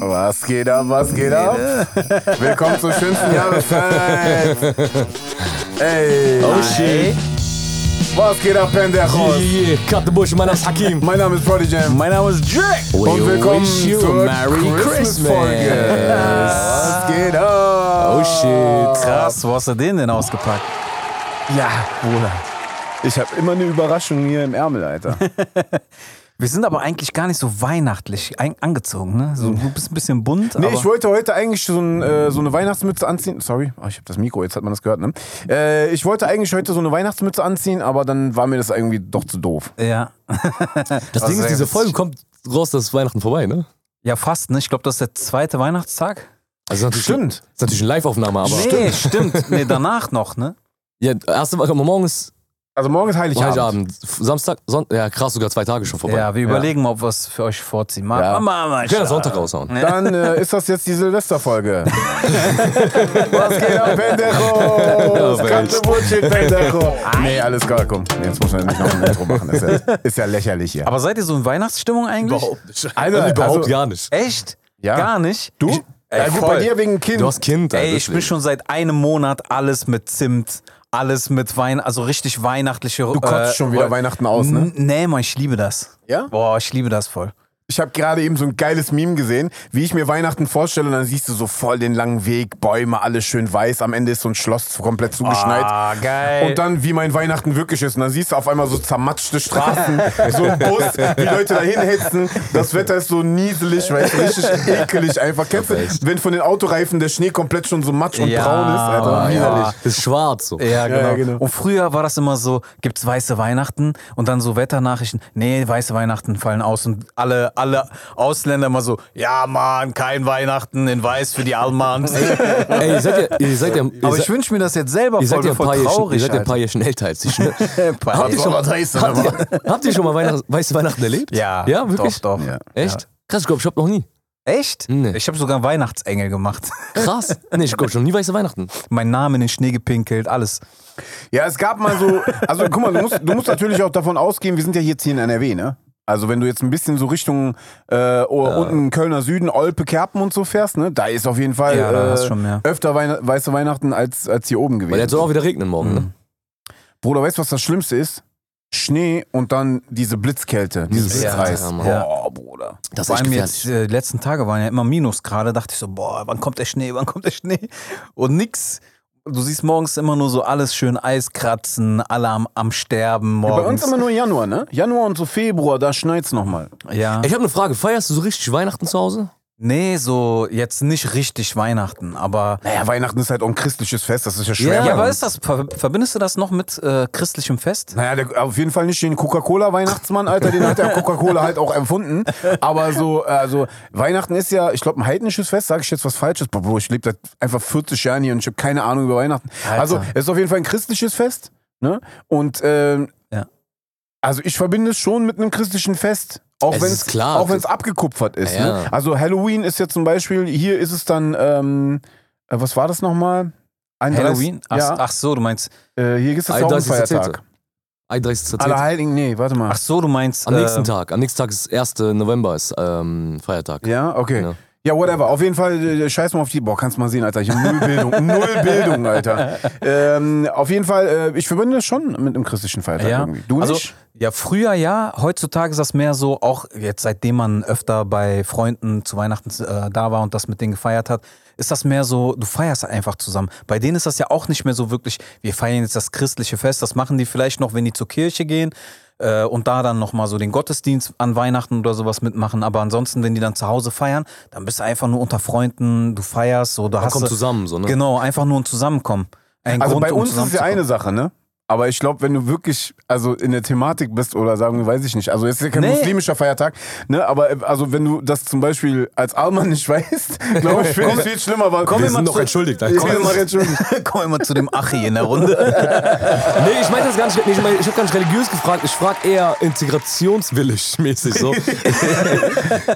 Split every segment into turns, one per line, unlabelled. Was geht ab, was geht ab? Willkommen zur schönsten Jahreszeit. Ey,
Oh shit.
was geht ab, Pendejos?
Yeah, yeah. Cut the bush, mein Name ist Hakim.
Mein Name ist Prodigy Jam.
Mein Name ist Drake.
Und willkommen zur Christmas-Folge. Was geht ab?
Oh shit.
Krass, wo hast du den denn ausgepackt?
Ja, Bruder. Ich habe immer eine Überraschung hier im Ärmel, Alter.
Wir sind aber eigentlich gar nicht so weihnachtlich ein- angezogen, ne? So, du bist ein bisschen bunt,
Nee,
aber
ich wollte heute eigentlich so, ein, äh, so eine Weihnachtsmütze anziehen. Sorry, oh, ich habe das Mikro, jetzt hat man das gehört, ne? Äh, ich wollte eigentlich heute so eine Weihnachtsmütze anziehen, aber dann war mir das irgendwie doch zu doof.
ja.
Das Ding
Also,
ist, diese Folge kommt raus, dass Weihnachten vorbei, ne?
ja, fast, ne? Ich glaube, das ist der zweite Weihnachtstag.
Also das ist natürlich,
Stimmt.
Das ist natürlich eine Live-Aufnahme, aber.
Nee, stimmt. Nee, danach noch, ne?
Ja, erste Woche, morgen ist
Also morgen ist Heiligabend.
Heiligabend. Samstag, Sonntag. Ja, krass, sogar zwei Tage schon vorbei.
Ja, wir überlegen mal, ob wir es für euch vorziehen. Mal,
Ja.
mal, mal,
Wir können das Sonntag raushauen.
Dann äh, ist das jetzt die Silvesterfolge. Was geht ab, Pendejos? Kante Bullshit, Pendejo. Nee, alles klar, komm. Nee, jetzt muss man nicht noch ein Intro machen. Ist ja, ist ja lächerlich hier.
Aber seid ihr so in Weihnachtsstimmung eigentlich?
nicht.
Alter,
Alter, überhaupt
also-
gar nicht.
Echt?
Ja.
Gar nicht?
du?
Ich,
ja, äh, gut, bei
voll.
dir wegen Kind.
Du hast Kind, Alter.
ey, ich bin
deswegen.
schon seit einem Monat alles mit Zimt, alles mit Wein, also richtig weihnachtliche. Du
kotzt schon wieder Weihnachten aus, ne?
Nee, Mann, ich liebe das.
Ja?
Boah, ich liebe das voll.
Ich habe gerade eben so ein geiles Meme gesehen, wie ich mir Weihnachten vorstelle und dann siehst du so voll den langen Weg, Bäume, alles schön weiß, am Ende ist so ein Schloss komplett zugeschneit.
Ah, geil.
Und dann, wie mein Weihnachten wirklich ist. Und dann siehst du auf einmal so zermatschte Straßen, so ein Bus, wie Leute dahin hetzen. Das Wetter ist so nieselig, weil es richtig ekelig einfach. Kennst du, wenn von den Autoreifen der Schnee komplett schon so matsch und
Ja,
braun ist, Alter,
Mann,
widerlich.
ja.
Das ist schwarz so.
Ja genau.
ja, genau.
Und früher war das immer so, gibt's weiße Weihnachten und dann so Wetternachrichten, nee, weiße Weihnachten fallen aus und alle, alle Ausländer immer so, ja Mann, kein Weihnachten in weiß für die Almans.
Ey, ihr seid ja. Ihr seid ja ihr
Aber
seid-
ich wünsche mir das jetzt selber
Ihr
voll,
seid ja ein
voll
paar Jahre ihr
traurig.
seid ja ein
Alter.
paar Jahre älter als ich. Ne?
Paar
ihr schon mal- habt, ihr, habt ihr schon mal Weihnacht, weiße Weihnachten erlebt?
Ja,
Ja, wirklich?
Doch, doch.
Ja.
Echt? Krass, ich glaube, ich habe noch nie.
Echt?
Nee.
Ich habe sogar einen Weihnachtsengel gemacht.
Krass. Nee, ich glaube, ich hab noch nie weiße Weihnachten.
mein Name in den Schnee gepinkelt, alles.
Ja, es gab mal so, also guck mal, du musst, du musst natürlich auch davon ausgehen, wir sind ja jetzt hier in NRW, ne? Also wenn du jetzt ein bisschen so Richtung äh, o- unten Kölner Süden, Olpe, Kerpen und so fährst, ne? Da ist auf jeden Fall
Ja, da
äh,
ist schon mehr.
öfter Weihn weiße Weihnachten als, als hier oben
Weil
gewesen.
jetzt soll auch wieder regnen morgen, ne?
Bruder, weißt du, was das Schlimmste ist? Schnee und dann diese Blitzkälte, dieses
Ja,
Blitzeis.
ja, Mann.
Boah, Bruder.
Das
Vor
ist echt
allem
gefährlich.
jetzt, äh, die letzten Tage waren ja immer Minus gerade, dachte ich so, boah, wann kommt der Schnee, wann kommt der Schnee? Und nix. Du siehst morgens immer nur so alles schön Eis kratzen, alle am, am Sterben
Bei
morgens.
uns immer nur Januar, ne? Januar und so Februar, da schneit's nochmal.
ja.
Ich habe eine Frage. Feierst du so richtig Weihnachten zu Hause?
Nee, so jetzt nicht richtig Weihnachten, aber.
Naja, Weihnachten ist halt auch ein christliches Fest, das ist ja schwer.
Ja,
bei
aber
uns.
ist das, ver verbindest du das noch mit äh, christlichem Fest?
Naja, der, auf jeden Fall nicht den Coca-Cola-Weihnachtsmann, Alter, den hat der Coca-Cola halt auch erfunden. Aber so, also Weihnachten ist ja, ich glaube, ein heidnisches Fest, sage ich jetzt was Falsches. Boah, Bro, ich lebe seit einfach 40 Jahren hier und ich habe keine Ahnung über Weihnachten.
Alter.
Also, es ist auf jeden Fall ein christliches Fest, ne? Und ähm,
Ja.
also ich verbinde es schon mit einem christlichen Fest. Auch
Es
wenn
ist klar.
auch wenn es abgekupfert ist.
Ja, ja.
Ne? Also Halloween ist ja zum Beispiel, hier ist es dann, ähm, äh, was war das nochmal? 31
Halloween? Ach,
ja,
ach so, ah. du meinst.
äh, hier ist es auch ein
31.10..
Feiertag.
31.
Allerheiligen, nee, warte mal.
Ach so, du meinst.
Am nächsten
äh,
Tag. Am nächsten Tag ist 1. November, ist ähm, Feiertag. Ne?
Ja, okay. Ja.
Ja.
whatever. Auf jeden Fall, äh, scheiß mal auf die. Boah, kannst mal sehen, Alter. Ich hab null Bildung. null Bildung, Alter. Ähm, auf jeden Fall, äh, ich verbinde das schon mit einem christlichen Feiertag
Ja.
irgendwie. Du
also,
nicht?
Ja, früher ja. Heutzutage ist das mehr so, auch jetzt seitdem man öfter bei Freunden zu Weihnachten äh, da war und das mit denen gefeiert hat, ist das mehr so, du feierst einfach zusammen. Bei denen ist das ja auch nicht mehr so wirklich, wir feiern jetzt das christliche Fest, das machen die vielleicht noch, wenn die zur Kirche gehen. äh, Und da dann nochmal so den Gottesdienst an Weihnachten oder sowas mitmachen. Aber ansonsten, wenn die dann zu Hause feiern, dann bist du einfach nur unter Freunden, du feierst, so, da hast
kommt
du.
zusammen, so, ne?
Genau, einfach nur ein Zusammenkommen. Ein
Also
Grund,
bei
um
uns ist ja
zusammenzukommen.
eine Sache, ne? Aber ich glaube, wenn du wirklich also in der Thematik bist oder sagen wir, weiß ich nicht, also es ist ja kein
Nee.
muslimischer Feiertag, ne? Aber äh, also wenn du das zum Beispiel als Alman nicht weißt, glaube ich, finde ich viel schlimmer. Weil
komm, wir sind noch
entschuldigt.
Ich bin noch entschuldigt.
Kommen wir mal zu dem Achi in der Runde.
Nee, ich meine das gar nicht. Nee, ich mein, ich habe gar nicht religiös gefragt. Ich frage eher integrationswillig mäßig so.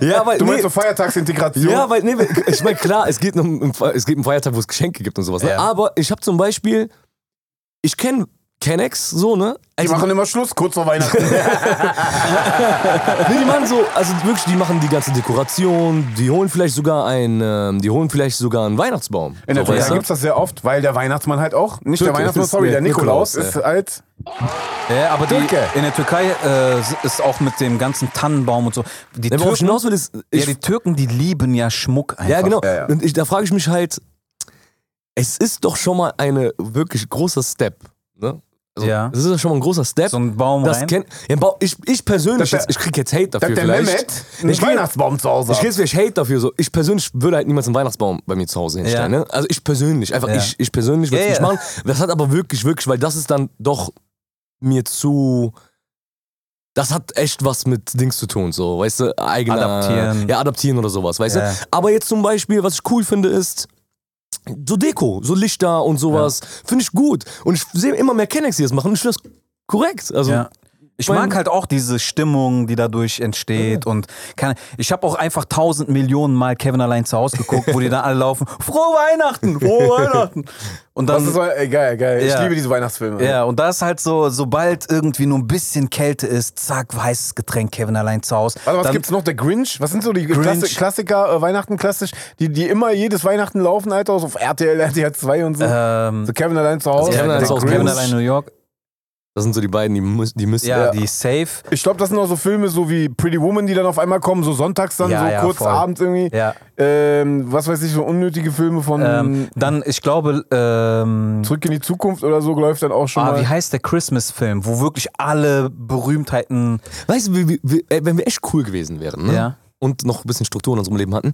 ja, weil,
Du meinst
nee,
so Feiertagsintegration?
Ja, weil, nee, weil- ich meine, klar, es geht um, um, es geht um Feiertag, wo es Geschenke gibt und sowas. Ne?
Ja.
Aber ich habe zum Beispiel, ich kenne Kennex, so, ne?
Die
Also,
machen immer Schluss, kurz vor Weihnachten.
nee, die machen so, also wirklich, die machen die ganze Dekoration, die holen vielleicht sogar einen, ähm, die holen vielleicht sogar einen Weihnachtsbaum.
In der
so,
Türkei
weißt du?
gibt es das sehr oft, weil der Weihnachtsmann halt auch, nicht der
Türke,
Weihnachtsmann,
ist
sorry,
der
der Nikolaus,
Nikolaus,
ist halt,
Ja, aber die,
Türke.
in der Türkei äh, ist auch mit dem ganzen Tannenbaum und so. Die
Ja, worauf ich
Türken,
hinaus will, ist, ich,
ja, die Türken, die lieben ja Schmuck einfach.
Ja, genau.
Ja, ja.
Und ich, da frage ich mich halt, es ist doch schon mal eine wirklich großer Step. Ne? Also,
Ja.
Es ist doch schon mal ein großer Step.
So ein Baum
das
rein.
kennt, ja, Bau- ich, ich persönlich,
Dass der-
jetzt, ich krieg jetzt Hate
dass
dafür
der
vielleicht.
Mehmet einen
ich krieg-
Weihnachtsbaum zu Hause
Ich
hat.
krieg jetzt vielleicht Hate dafür. So. Ich persönlich würde halt niemals einen Weihnachtsbaum bei mir zu Hause hinstellen.
Ja.
Ne? Also ich persönlich, einfach
Ja.
ich, ich persönlich würde es
Ja,
nicht
ja.
machen. Das hat aber wirklich, wirklich, weil das ist dann doch mir zu... Das hat echt was mit Dings zu tun, so, weißt du, eigener...
Adaptieren.
Ja, adaptieren oder sowas, weißt
Ja.
du. Aber jetzt zum Beispiel, was ich cool finde, ist so Deko, so Lichter und sowas. Finde ich gut. Und ich sehe immer mehr Kennex, die das machen. Und ich finde das korrekt. Also,
Ja. Ich
mein-
mag halt auch diese Stimmung, die dadurch entsteht und keine. Ich habe auch einfach tausend Millionen Mal Kevin allein zu Hause geguckt, wo die dann alle laufen. Frohe Weihnachten, frohe Weihnachten. Und
Das ist
dann
so, ey, geil, geil. Ich
Ja.
liebe diese Weihnachtsfilme.
ja, und da ist halt so, sobald irgendwie nur ein bisschen Kälte ist, zack, weißes Getränk, Kevin allein zu Hause.
Also was
Dann-
gibt's noch? Der Grinch? Was sind so die Klassi
Grinch.
Klassiker, äh, Weihnachten klassisch, die, die immer jedes Weihnachten laufen, Alter, so auf RTL, RTL 2 und so.
ähm,
so Kevin allein zu Hause.
Kevin
der
allein zu Hause,
Grinch.
Kevin allein in New York.
das sind so die beiden, die, müß, die müssen.
Ja,
Ja.
die Safe.
Ich glaube, das sind auch so Filme so wie Pretty Woman, die dann auf einmal kommen, so sonntags dann,
Ja,
so
ja,
kurz
voll.
abends irgendwie.
Ja.
Ähm, was weiß ich, so unnötige Filme von
Ähm, dann, ich glaube, ähm,
Zurück in die Zukunft oder so läuft dann auch schon
ah,
mal.
wie heißt der Christmas-Film, wo wirklich alle Berühmtheiten.
Weißt du, wie, wie, wie, ey, wenn wir echt cool gewesen wären ne?
Ja.
und noch ein bisschen Struktur in unserem Leben hatten,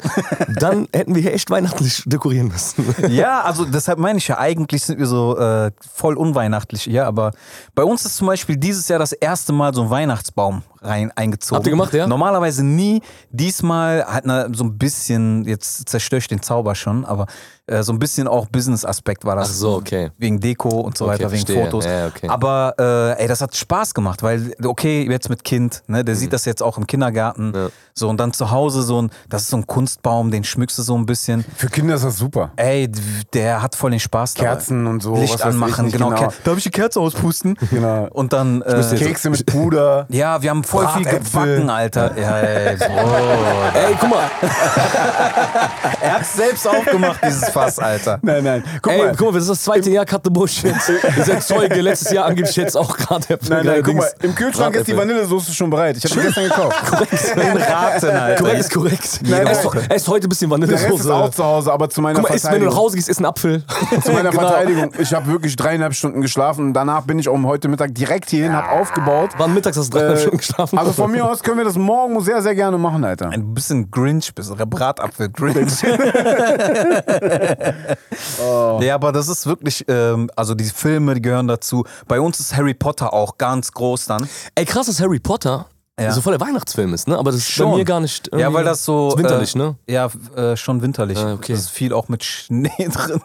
dann hätten wir hier echt weihnachtlich dekorieren müssen.
Ja, also deshalb meine ich ja, eigentlich sind wir so äh, voll unweihnachtlich hier, aber bei uns ist zum Beispiel dieses Jahr das erste Mal so ein Weihnachtsbaum rein eingezogen.
Habt ihr gemacht, ja?
Normalerweise nie. Diesmal hat na, so ein bisschen, jetzt zerstöre ich den Zauber schon, aber äh, so ein bisschen auch Business-Aspekt war das.
Ach so, okay.
Wegen Deko und so
Okay,
weiter, wegen
verstehe.
Fotos.
Ja, okay.
Aber äh, ey, das hat Spaß gemacht, weil, okay, jetzt mit Kind, ne, der
Mhm.
sieht das jetzt auch im Kindergarten. So, und dann zu Hause so ein, das ist so ein Kunstbaum, den schmückst du so ein bisschen.
Für Kinder ist das super.
Äh,
Ey, d- der hat voll den Spaß dabei.
Kerzen und so. was
Licht
weiß ich
anmachen,
nicht
genau. Ker- Darf ich die Kerze auspusten?
Genau.
Und dann. Äh,
Kekse mit Puder.
ja, wir haben voll viel
Bratäpfel.
gebacken, Alter. Ja, ey, Bro.
Ey, guck mal,
Er hat's selbst aufgemacht, dieses Fass, Alter.
Nein, nein. Guck
ey,
mal.
guck mal, das ist das zweite Jahr Cut the Bullshit. Ihr seid Zeuge, letztes Jahr angeblich jetzt auch gerade der
Nein, nein, guck mal, im Kühlschrank ist die
Bratäpfel.
Vanillesoße schon bereit. Ich habe die gestern gekauft.
In Raten, Alter.
Korrekt ist korrekt.
Nein,
Ess,
nein.
ess heute ein bisschen
Der Rest ist auch
Vanillesoße.
zu Hause, aber zu meiner
Guck mal, isst, wenn du Genau.
Verteidigung.
nach Hause gehst, isst ein Apfel.
zu meiner Verteidigung. Ich habe wirklich dreieinhalb Stunden geschlafen. Danach bin ich um heute Mittag direkt hierhin, hab aufgebaut.
Wann mittags hast du
Äh,
dreieinhalb Ah. Stunden geschlafen?
Also von mir aus können wir das morgen sehr, sehr gerne machen, Alter.
Ein bisschen Grinch, bisschen Bratapfel-Grinch.
Oh.
Ja, aber das ist wirklich, ähm, also die Filme die gehören dazu. Bei uns ist Harry Potter auch ganz groß dann.
Ey, krass, dass Harry Potter
Ja.
so voll der Weihnachtsfilm ist, ne? Aber das ist
Schon.
bei mir gar nicht.
Ja,
irgendwie-
weil das so.
Ist winterlich,
äh,
ne?
Ja, äh, schon winterlich.
Ah, okay.
Das ist viel auch mit Schnee drin.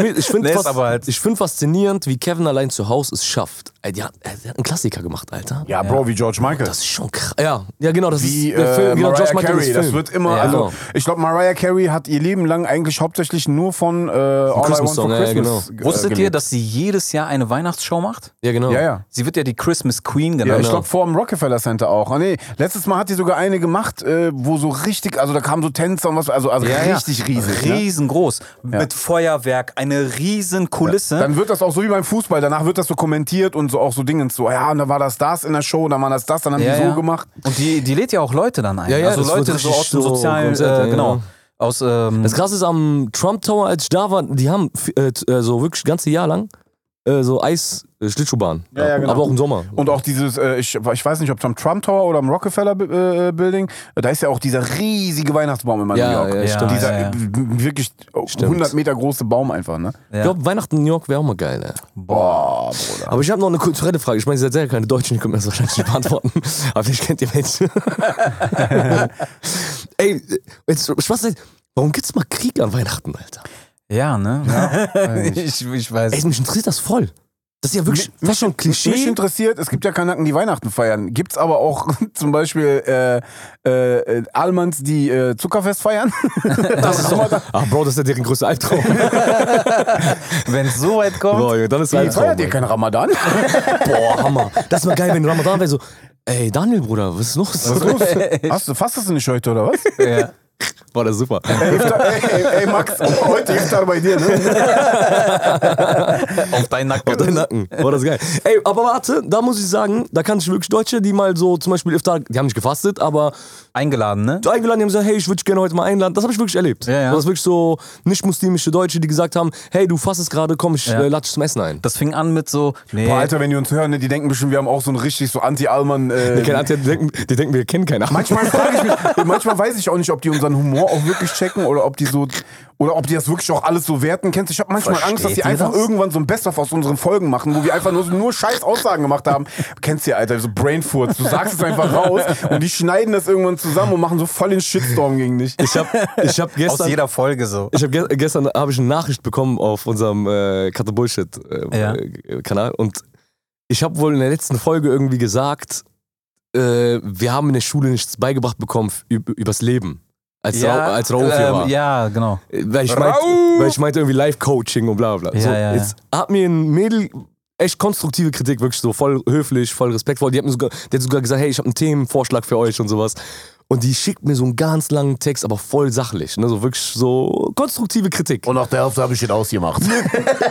Mir- Ich finde
Nee, ist
fast,
aber halt-
ich find faszinierend, wie Kevin allein zu Hause es schafft. Ey, die hat, ey, die hat einen Klassiker gemacht, Alter.
Ja, Bro, wie George Michael.
Das ist schon krass. Ja, ja genau, das
wie
ist der
äh,
Film. Genau,
Mariah
George Michael
Carey.
ist
Das
Film.
wird immer,
Ja,
also
genau.
ich glaube, Mariah Carey hat ihr Leben lang eigentlich hauptsächlich nur von äh, All I Want
Christmas-Song,
for
ja, ja,
Christmas.
genau.
ge-
Wusstet ihr,
gelebt.
dass sie jedes Jahr eine Weihnachtsshow macht?
Ja, genau.
Ja, ja.
Sie wird ja die Christmas Queen
Ja,
genannt.
ich glaube vor dem Rockefeller Center auch. Ah, nee, letztes Mal hat die sogar eine gemacht, äh, wo so richtig, also da kamen so Tänzer und was, also, also richtig riesig. Ne?
Riesengroß. Mit Feuerwerk, eine riesen Kulisse.
Dann wird das auch so wie beim Fußball. Danach wird das so kommentiert und so auch so Dinge so. Ja, und dann war das das in der Show, dann war das das, dann haben
Ja,
die so
ja.
gemacht.
Und die, die lädt ja auch Leute dann ein.
Ja, ja,
also
das wird
Leute so
richtig
aus dem
so
sozialen,
Konzerte,
äh,
ja,
genau.
ja.
Aus, ähm,
Das krasse ist am Trump Tower, als ich da war, die haben f- äh, t- äh, so wirklich das ganze Jahr lang äh, so Eis, äh, Schlittschuhbahn.
Ja, ja, genau.
Aber auch im Sommer.
Und auch dieses, äh, ich, ich weiß nicht, ob es am Trump Tower oder am Rockefeller äh, Building, da ist ja auch dieser riesige Weihnachtsbaum immer in
Ja,
New York.
ja, stimmt.
Dieser
Ja, ja.
äh, wirklich 100 Meter große Baum einfach, ne?
Ich glaube, Weihnachten in New York wäre auch mal geil, ey.
Boah, Bruder.
Aber ich habe noch eine kulturelle Frage. Ich meine, ihr seid selber keine Deutschen, ihr könnt mir das wahrscheinlich nicht beantworten. Aber vielleicht kennt ihr welche. Ey, jetzt, Spaß, beiseite. warum gibt's mal Krieg an Weihnachten, Alter?
ja, ne? ich, ich weiß.
Ey, mich interessiert das voll. Das ist ja wirklich fast schon Klischee.
Mich interessiert, es gibt ja Kanaken, die Weihnachten feiern. Gibt es aber auch zum Beispiel äh, äh, Almans, die äh, Zuckerfest feiern?
das ist doch, ach Bro, das ist ja deren größter Albtraum.
Wenn es so weit kommt.
Bro, Junge, dann ist
Die
Albtraum.
feiert ihr
Alter.
keinen Ramadan?
Boah, Hammer. Das ist mal geil, wenn Ramadan wäre so, ey Daniel, Bruder, was ist los?
Was ist los? Hast du, fastest du nicht heute, oder was?
Ja.
Boah, das ist super.
Iftar, ey, ey, ey, Max, heute Iftar bei dir, ne?
Auf deinen Nacken.
Auf deinen Nacken. Boah, das ist geil. Ey, aber warte, da muss ich sagen, da kann ich wirklich Deutsche, die mal so zum Beispiel Iftar, die haben nicht gefastet, aber
Eingeladen, ne?
so eingeladen, die haben gesagt, hey, ich würde dich gerne heute mal einladen. Das habe ich wirklich erlebt.
Ja, ja.
Das ist wirklich so nicht-muslimische Deutsche, die gesagt haben, hey, du fastest gerade, komm, ich
Ja.
äh, lade dich zum Essen ein.
Das fing an mit so, nee,
Boah, Alter, wenn die uns hören, ne, die denken bestimmt, wir haben auch so ein richtig so Anti-Alman. Äh,
Keine Ahnung, die, denken, die denken, wir kennen keine Ahnung.
manchmal frage ich mich, manchmal weiß ich auch nicht, ob die unseren Humor auch wirklich checken oder ob die so oder ob die das wirklich auch alles so werten. Kennst du, ich habe manchmal
Versteht
Angst, dass die
ihr
einfach
das?
irgendwann so ein Best-of aus unseren Folgen machen, wo wir einfach nur, so- nur scheiß Aussagen gemacht haben. Kennst du, Alter, so Brainfurz, du sagst es einfach raus und die schneiden das irgendwann zusammen und machen so voll den Shitstorm gegen dich.
Ich habe ich hab
aus
gestern...
jeder Folge so.
Ich habe ge gestern habe ich eine Nachricht bekommen auf unserem äh, Cutter Bullshit äh,
Ja.
äh, Kanal und ich habe wohl in der letzten Folge irgendwie gesagt, äh, wir haben in der Schule nichts beigebracht bekommen f- üb übers Leben. Als, Ra als Rauf hier
ähm,
war.
Ja, genau.
Äh, Weil, ich meinte,
Rauf!
weil ich meinte irgendwie Live-Coaching und bla bla bla.
Ja,
so,
ja, ja.
jetzt hat mir ein Mädel echt konstruktive Kritik, wirklich so voll höflich, voll respektvoll. Die hat mir sogar, die hat sogar gesagt, hey, ich habe einen Themenvorschlag für euch und sowas. Und die schickt mir so einen ganz langen Text, aber voll sachlich. Ne? So wirklich so konstruktive Kritik.
Und nach der Hälfte habe ich den ausgemacht.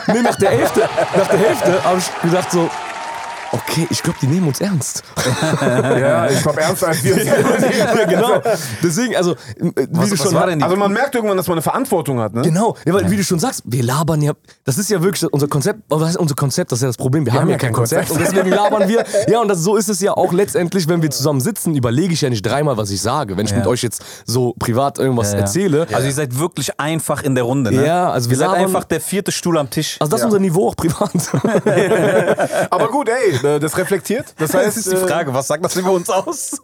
Nee, nach der Hälfte, nach der Hälfte habe ich gedacht so, okay, ich glaube, die nehmen uns ernst.
Ja, ich glaube ernst als wir uns selber nehmen.
ja, genau. Deswegen, also, äh, wie
Was,
du
was
schon
war denn die?
Also man merkt irgendwann, dass man eine Verantwortung hat, ne?
Genau, ja, weil, wie du schon sagst, wir labern ja, das ist ja wirklich unser Konzept, aber was heißt unser Konzept, das ist ja das Problem, wir, haben ja kein Konzept, und deswegen labern wir, ja und das, so ist es ja auch letztendlich, wenn wir zusammen sitzen, überlege ich ja nicht dreimal, was ich sage, wenn ich mit euch jetzt so privat irgendwas
Ja, ja.
erzähle,
Also ihr seid wirklich einfach in der Runde, ne?
Ja, also
ihr
wir
seid
labern-
einfach der vierte Stuhl am Tisch.
also das ist unser Niveau auch privat.
Aber gut, ey, das reflektiert. Das heißt, äh,
das ist
äh,
die Frage, was sagt das über uns aus?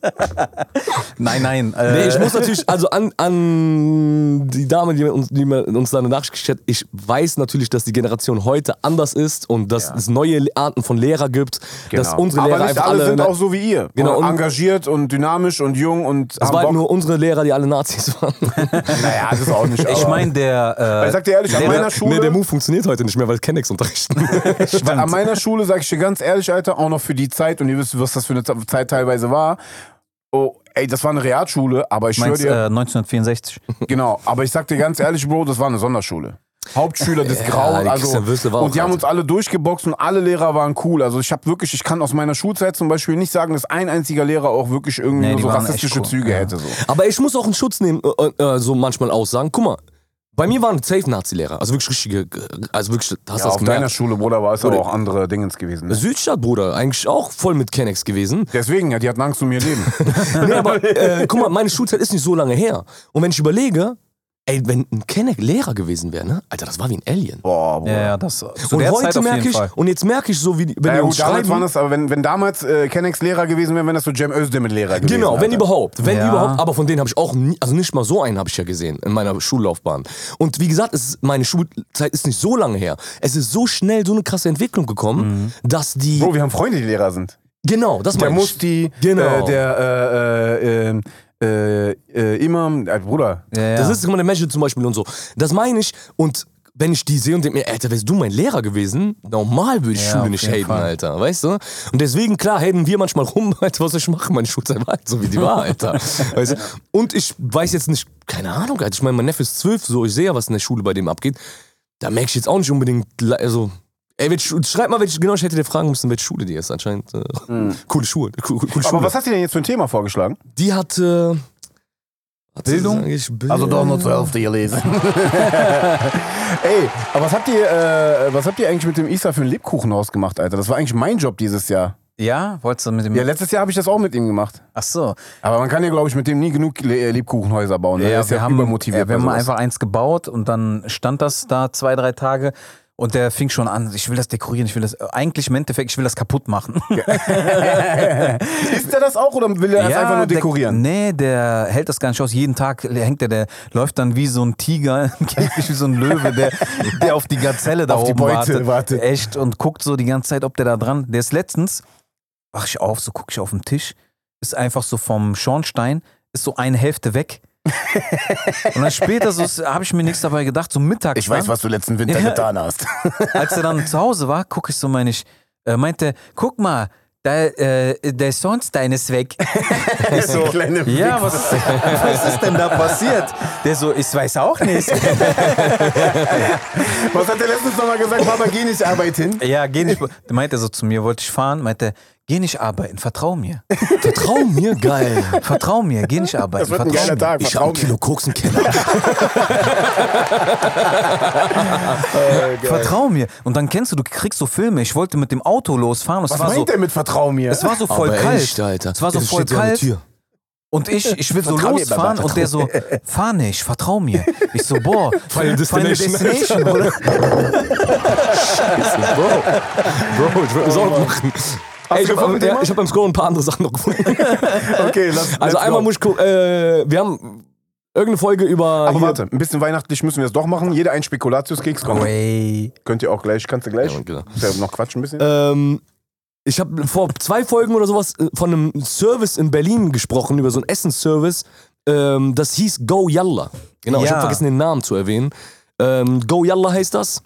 nein, nein. Äh,
Nee, ich muss natürlich, also an, an die Dame, die uns, die mir- uns da eine Nachricht geschickt hat, ich weiß natürlich, dass die Generation heute anders ist und dass es neue Le- Arten von Lehrer gibt, dass unsere Lehrer
Genau. Aber nicht
einfach
alle,
alle...
sind auch so wie ihr.
Genau,
Und
und-
engagiert und dynamisch und jung und
das waren nur unsere Lehrer, die alle Nazis waren.
Naja, das ist auch nicht.
Ich
Oh.
aber-
meine, der.
ich sag dir ehrlich, an
Lehrer-
meiner Schule,
Nee, der Move funktioniert heute nicht mehr, weil Kennex unterrichten.
weil an meiner Schule sage ich dir ganz ehrlich, Alter, auch noch für die Zeit und ihr wisst, was das für eine Z- Zeit teilweise war. Oh, ey, das war eine Realschule, aber ich schwöre
meinst, äh,
dir,
1964.
äh,
genau, aber ich sag dir ganz ehrlich, Bro, das war eine Sonderschule. Hauptschüler des
die
Grauen, also
Christian Würstle war auch
und die haben
hart.
uns alle durchgeboxt und alle Lehrer waren cool. Also ich habe wirklich, ich kann aus meiner Schulzeit zum Beispiel nicht sagen, dass ein einziger Lehrer auch wirklich irgendwie
Nee,
nur
die
so
waren echt
rassistische
cool,
Züge
ja.
hätte. So.
Aber ich muss auch einen Schutz nehmen, äh, äh, so manchmal aussagen. Guck mal, bei mir waren safe Nazi-Lehrer, also wirklich richtige, also wirklich, hast du
Ja,
das
auf deiner
gemerkt?
Schule, Bruder, war es
Oder- Also
aber auch andere Dingens gewesen. Ne?
Südstadt, Bruder, eigentlich auch voll mit Kennex gewesen.
Deswegen, ja, die hatten Angst um ihr Leben.
Nee, aber äh, guck mal, meine Schulzeit ist nicht so lange her. Und wenn ich überlege, ey, wenn ein Kenneck Lehrer gewesen wäre, ne? Alter, das war wie ein Alien.
Boah, Bruder.
Ja, ja, das. Zu
und
der Zeit
heute
auf
merke
jeden
ich,
Fall.
und jetzt merke ich so, wie die,
Ja,
wenn die
gut,
uns
damals waren
schreiben.
das, aber wenn, wenn damals äh, Kennex Lehrer gewesen wäre, wären das so Cem Özdemir-Lehrer gewesen.
Genau, wenn
Alter.
überhaupt. Wenn
Ja.
überhaupt, aber von denen habe ich auch nie, also nicht mal so einen habe ich ja gesehen in meiner Schullaufbahn. Und wie gesagt, es ist, meine Schulzeit ist nicht so lange her. Es ist so schnell so eine krasse Entwicklung gekommen, dass die.
Bro, wir haben Freunde, die Lehrer sind.
genau, das
Mhm. Der
meine ich.
Musti,
Genau.
äh, der äh, äh, äh, äh, äh, Imam, äh, Bruder.
Ja, ja.
Das ist immer eine Message zum Beispiel und so. Das meine ich. Und wenn ich die sehe und denke mir, Alter, wärst du mein Lehrer gewesen, normal würde ich
Ja,
Schule
auf
nicht
jeden
haten,
Fall.
Alter. Weißt du? Und deswegen, klar, haten wir manchmal rum, Alter, was soll ich machen? Meine Schulzeit war halt so, wie die war, Alter. Weißt du? Und ich weiß jetzt nicht, keine Ahnung, Alter. Ich meine, mein Neffe ist zwölf, so, ich sehe ja, was in der Schule bei dem abgeht. Da merke ich jetzt auch nicht unbedingt, le- also... Ey, welche Schu- schreib mal, welche, genau, ich hätte dir fragen müssen, welche Schule die ist. Anscheinend äh,
Mhm.
coole Schule. Coole, coole Schule.
Aber was hast du denn jetzt für ein Thema vorgeschlagen?
die hat... Äh, hat sie
Bildung?
gesagt, ich bin-
Also
Hälfte gelesen. Ey, aber was habt ihr, äh, was habt ihr eigentlich mit dem Isa für ein Lebkuchenhaus gemacht, Alter? Das war eigentlich mein Job dieses Jahr.
ja, wolltest du mit dem.
Ja, letztes Jahr habe ich das auch mit ihm gemacht.
Ach so.
Aber man kann ja, glaube ich, mit dem nie genug Le- äh, Lebkuchenhäuser bauen. Ne? Der ist ja
wir haben,
übermotiviert.
ja, wir
bei
haben
sowas.
einfach eins gebaut und dann stand das da zwei, drei Tage Und der fing schon an, ich will das dekorieren, ich will das, äh, eigentlich im Endeffekt, ich will das kaputt machen.
Ist der das auch oder will er das einfach nur dekorieren?
Der, nee, der hält das gar nicht aus. Jeden Tag hängt der, der läuft dann wie so ein Tiger, käfig wie so ein Löwe, der, der auf die Gazelle da
Auf die
oben
Beute
wartet.
wartet.
Echt und guckt so die ganze Zeit, ob der da dran. Der ist letztens, wach ich auf, so gucke ich auf den Tisch, ist einfach so vom Schornstein, ist so eine Hälfte weg. und dann später so, habe ich mir nichts dabei gedacht, so mittags.
Ich weiß,
dann,
was du letzten Winter
Ja.
getan hast.
als er dann zu Hause war, gucke ich so meine ich, äh, meinte, guck mal, da, äh, der Sonnstein ist weg.
Ist so kleine
Ja, was, was ist denn da passiert? Der so, ich weiß auch nicht.
Was hat der letztens nochmal gesagt? Papa, geh nicht Arbeit hin.
ja, geh nicht. Meinte er so zu mir, wollte ich fahren, meinte, geh nicht arbeiten, vertrau mir.
Vertrau mir, geil.
Vertrau mir, geh nicht arbeiten,
Das wird ein
vertrau
geiler
mir.
Tag.
Ich
vertrau
hab ein
mir.
Kilo Koks im Keller.
Äh,
Vertrau mir. Und dann kennst du, du kriegst so Filme, ich wollte mit dem Auto losfahren. und Es
Was
war
meint
so,
der mit Vertrau mir?
es war so voll
Aber
kalt.
echt, Alter.
Es war so
Jetzt
voll
steht der an der
kalt.
Tür.
Und ich, ich will so
Vertrau mir,
losfahren
Baba,
und der so, fahr nicht, vertrau mir. Ich so, boah,
Final Destination.
Bruder.
Bro, ich würde mir Sorgen machen. Ey, ich
du gefunden,
habe ja,
Thema?
ich hab beim Scrollen ein paar andere Sachen noch gefunden.
okay, lass,
Also
let's
einmal
go.
muss ich gucken, äh, wir haben irgendeine Folge über...
Aber
hier-
warte, ein bisschen weihnachtlich müssen wir es doch machen. Jeder ein Spekulatius-Keks kommt.
Ey,
Könnt ihr auch gleich, kannst du gleich.
Ja, genau.
Ja, noch quatschen ein bisschen.
Ähm, ich habe vor zwei Folgen oder sowas äh, von einem Service in Berlin gesprochen, über so einen Essensservice. Ähm, das hieß Go Yalla. Genau, ich
Ja.
habe vergessen, den Namen zu erwähnen. Ähm, Go Yalla heißt das.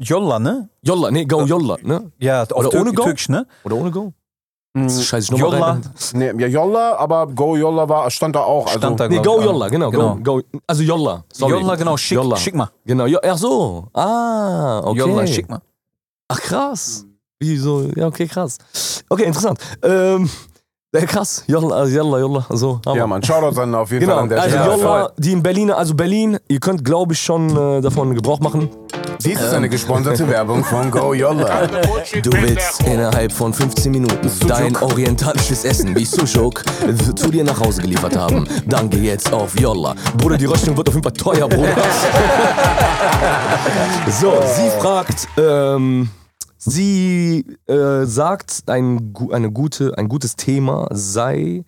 Jolla, ne?
Yolla, nee, Go Yolla, ne?
Ja, auf
Oder
Tür-
ohne Go?
Türkisch, ne?
Oder ohne Go? Das ist scheiße, ich nochmal
Yolla.
rein.
nee, ja, Jolla, aber Go Jolla war, stand da auch. Also,
Stand da,
Nee,
glaub
Go
ich,
Yolla, genau.
Genau.
Go, go, also Yolla, sorry.
Jolla, genau, schick,
Yolla.
schick mal.
Genau, jo, ach so. Ah, okay.
Jolla, schick mal.
Ach krass. Wie so, ja, okay, krass. Okay, interessant. Ähm, ja, krass. Jolla, also Jolla, Jolla, so. Hammer.
Ja, Mann, Shoutouts an auf jeden
Genau,
Fall an der
also
Stelle.
Jolla, die in Berlin, also Berlin, ihr könnt, glaube ich, schon äh, davon Gebrauch machen.
Dies ist eine gesponserte Werbung von Go Jolla.
Du willst innerhalb von 15 Minuten dein orientalisches Essen wie Sushuk zu dir nach Hause geliefert haben. Dann geh jetzt auf Jolla. Bruder, die Rechnung wird auf jeden Fall teuer, Bruder. so, sie fragt, ähm, sie äh, sagt, ein, gu- eine gute, ein gutes Thema sei.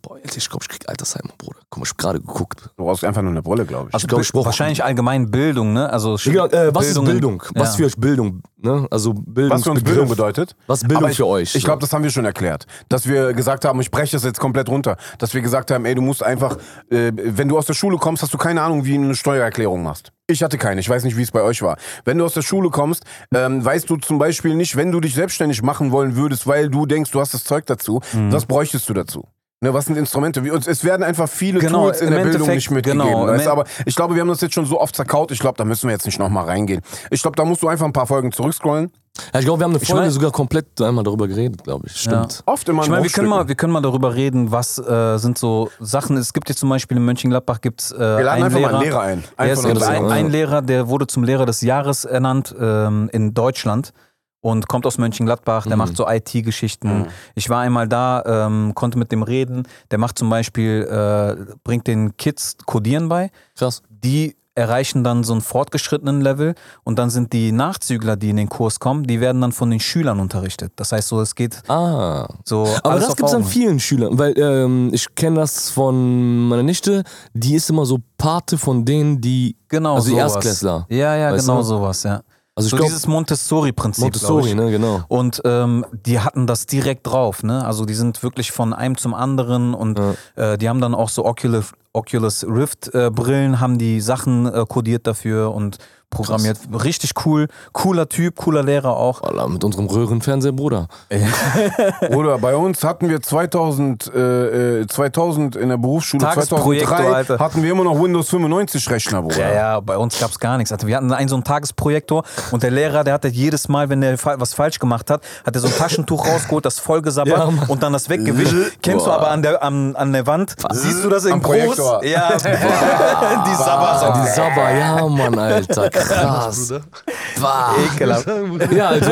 Boah, Alter, ich glaube, ich krieg Altersheimer, Bruder. Guck mal, ich hab gerade geguckt.
Du brauchst einfach nur eine Brille, glaube ich.
Ich glaub, ich brauch-
Also Wahrscheinlich allgemein Bildung, ne? Also
Ja, Genau, äh, was ist
in-
Bildung? Was für euch Bildung? Ne? Also Bildung.
Was für uns Bildung bedeutet?
Was Bildung
Aber ich,
für euch?
Ich glaube, das haben wir schon erklärt. Dass wir gesagt haben, ich breche das jetzt komplett runter. Dass wir gesagt haben, ey, du musst einfach, äh, wenn du aus der Schule kommst, hast du keine Ahnung, wie du eine Steuererklärung machst. Ich hatte keine, ich weiß nicht, wie es bei euch war. Wenn du aus der Schule kommst, ähm, weißt du zum Beispiel nicht, wenn du dich selbstständig machen wollen würdest, weil du denkst, du hast das Zeug dazu, was bräuchtest du dazu? Ne, was sind Instrumente? Wie, uns- es werden einfach viele
Genau,
Tools in
im
der Bildung
Endeffekt-
nicht mitgegeben.
genau, im
weißt, du?
End-
aber ich glaube, wir haben das jetzt schon so oft zerkaut. Ich glaube, da müssen wir jetzt nicht nochmal reingehen. Ich glaube, da musst du einfach ein paar Folgen zurückscrollen.
Ja, ich glaube, wir haben eine Folge
mein-
sogar komplett einmal darüber geredet, glaube ich. Stimmt.
Oft immer
Ich meine, wir
Bruchstücken.
können, mal, wir können mal darüber reden, was äh, sind so Sachen. Es gibt jetzt zum Beispiel in Mönchengladbach gibt's, äh,
Wir laden
einen
einfach
Lehrer,
mal einen Lehrer ein.
Ja,
Einen
es
von
gibt
uns.
ein,
ja.
ein Lehrer, der wurde zum Lehrer des Jahres ernannt ähm, in Deutschland und kommt aus Mönchengladbach, der macht so IT-Geschichten.
Mhm.
Ich war einmal da, ähm, konnte mit dem reden. Der macht zum Beispiel, äh, bringt den Kids Codieren bei.
Krass.
Die erreichen dann so einen fortgeschrittenen Level und dann sind die Nachzügler, die in den Kurs kommen, die werden dann von den Schülern unterrichtet. Das heißt so, es geht
Ah.
so
Aber
alles
das
auf
gibt es an
Augenhöhe.
vielen Schülern, weil ähm, ich kenne das von meiner Nichte, die ist immer so Pate von denen, die.
Genau
Also die
sowas.
Erstklässler.
Ja, ja,
Weißt
genau
du?
sowas, ja.
Also ich
so
glaub-
dieses Montessori-Prinzip. glaub
Montessori,
ich.
ne, genau.
Und ähm, die hatten das direkt drauf, ne? Also die sind wirklich von einem zum anderen und äh, die haben dann auch so Oculus, Oculus Rift äh, Brillen, haben die Sachen äh, codiert dafür und programmiert. Richtig cool, cooler Typ, cooler Lehrer auch.
Voila, mit unserem Röhrenfernseher, Bruder.
Bruder, bei uns hatten wir 2000, äh, äh, 2000 in der Berufsschule,
Tagesprojektor,
2003
Alter.
hatten wir immer noch Windows 95 Rechner, Bruder.
Ja, ja, bei uns gab's gar nichts. Also wir hatten einen so einen Tagesprojektor und der Lehrer, der hatte jedes Mal, wenn er fa- was falsch gemacht hat, hat er so ein Taschentuch rausgeholt, das vollgesabbert
Ja, Mann.
und dann das weggewischt. Kennst du
Boah.
aber an der, an, an der Wand, siehst du das in
Am
groß,
Doktor.
Ja, die Sabba.
Ah, Die Sabba, ja, Mann, Alter, krass. Bah.
Ekelhaft.
Ja, also,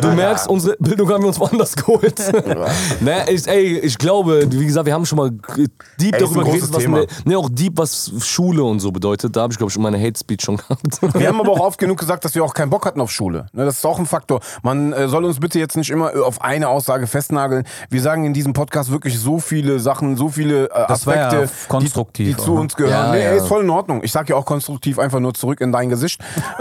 du merkst, unsere Bildung haben wir uns woanders geholt. naja, ich, ey, ich glaube, wie gesagt, wir haben schon mal äh, deep
Ey, ist
darüber
ein
geredet,
großes
was,
Thema.
ne, ne, auch deep, was Schule und so bedeutet. Da habe ich, glaube ich, schon meine Hate Speech schon gehabt.
Wir haben aber auch oft genug gesagt, dass wir auch keinen Bock hatten auf Schule. Ne, Das ist auch ein Faktor. Man äh, soll uns bitte jetzt nicht immer äh, auf eine Aussage festnageln. Wir sagen in diesem Podcast wirklich so viele Sachen, so viele äh,
Das war ja
Aspekte,
konstruktiv,
die, die zu
oder?
uns gehören.
Ja,
nee,
ja.
ey, ist voll in Ordnung. Ich sag ja auch konstruktiv einfach nur zurück in dein Gesicht,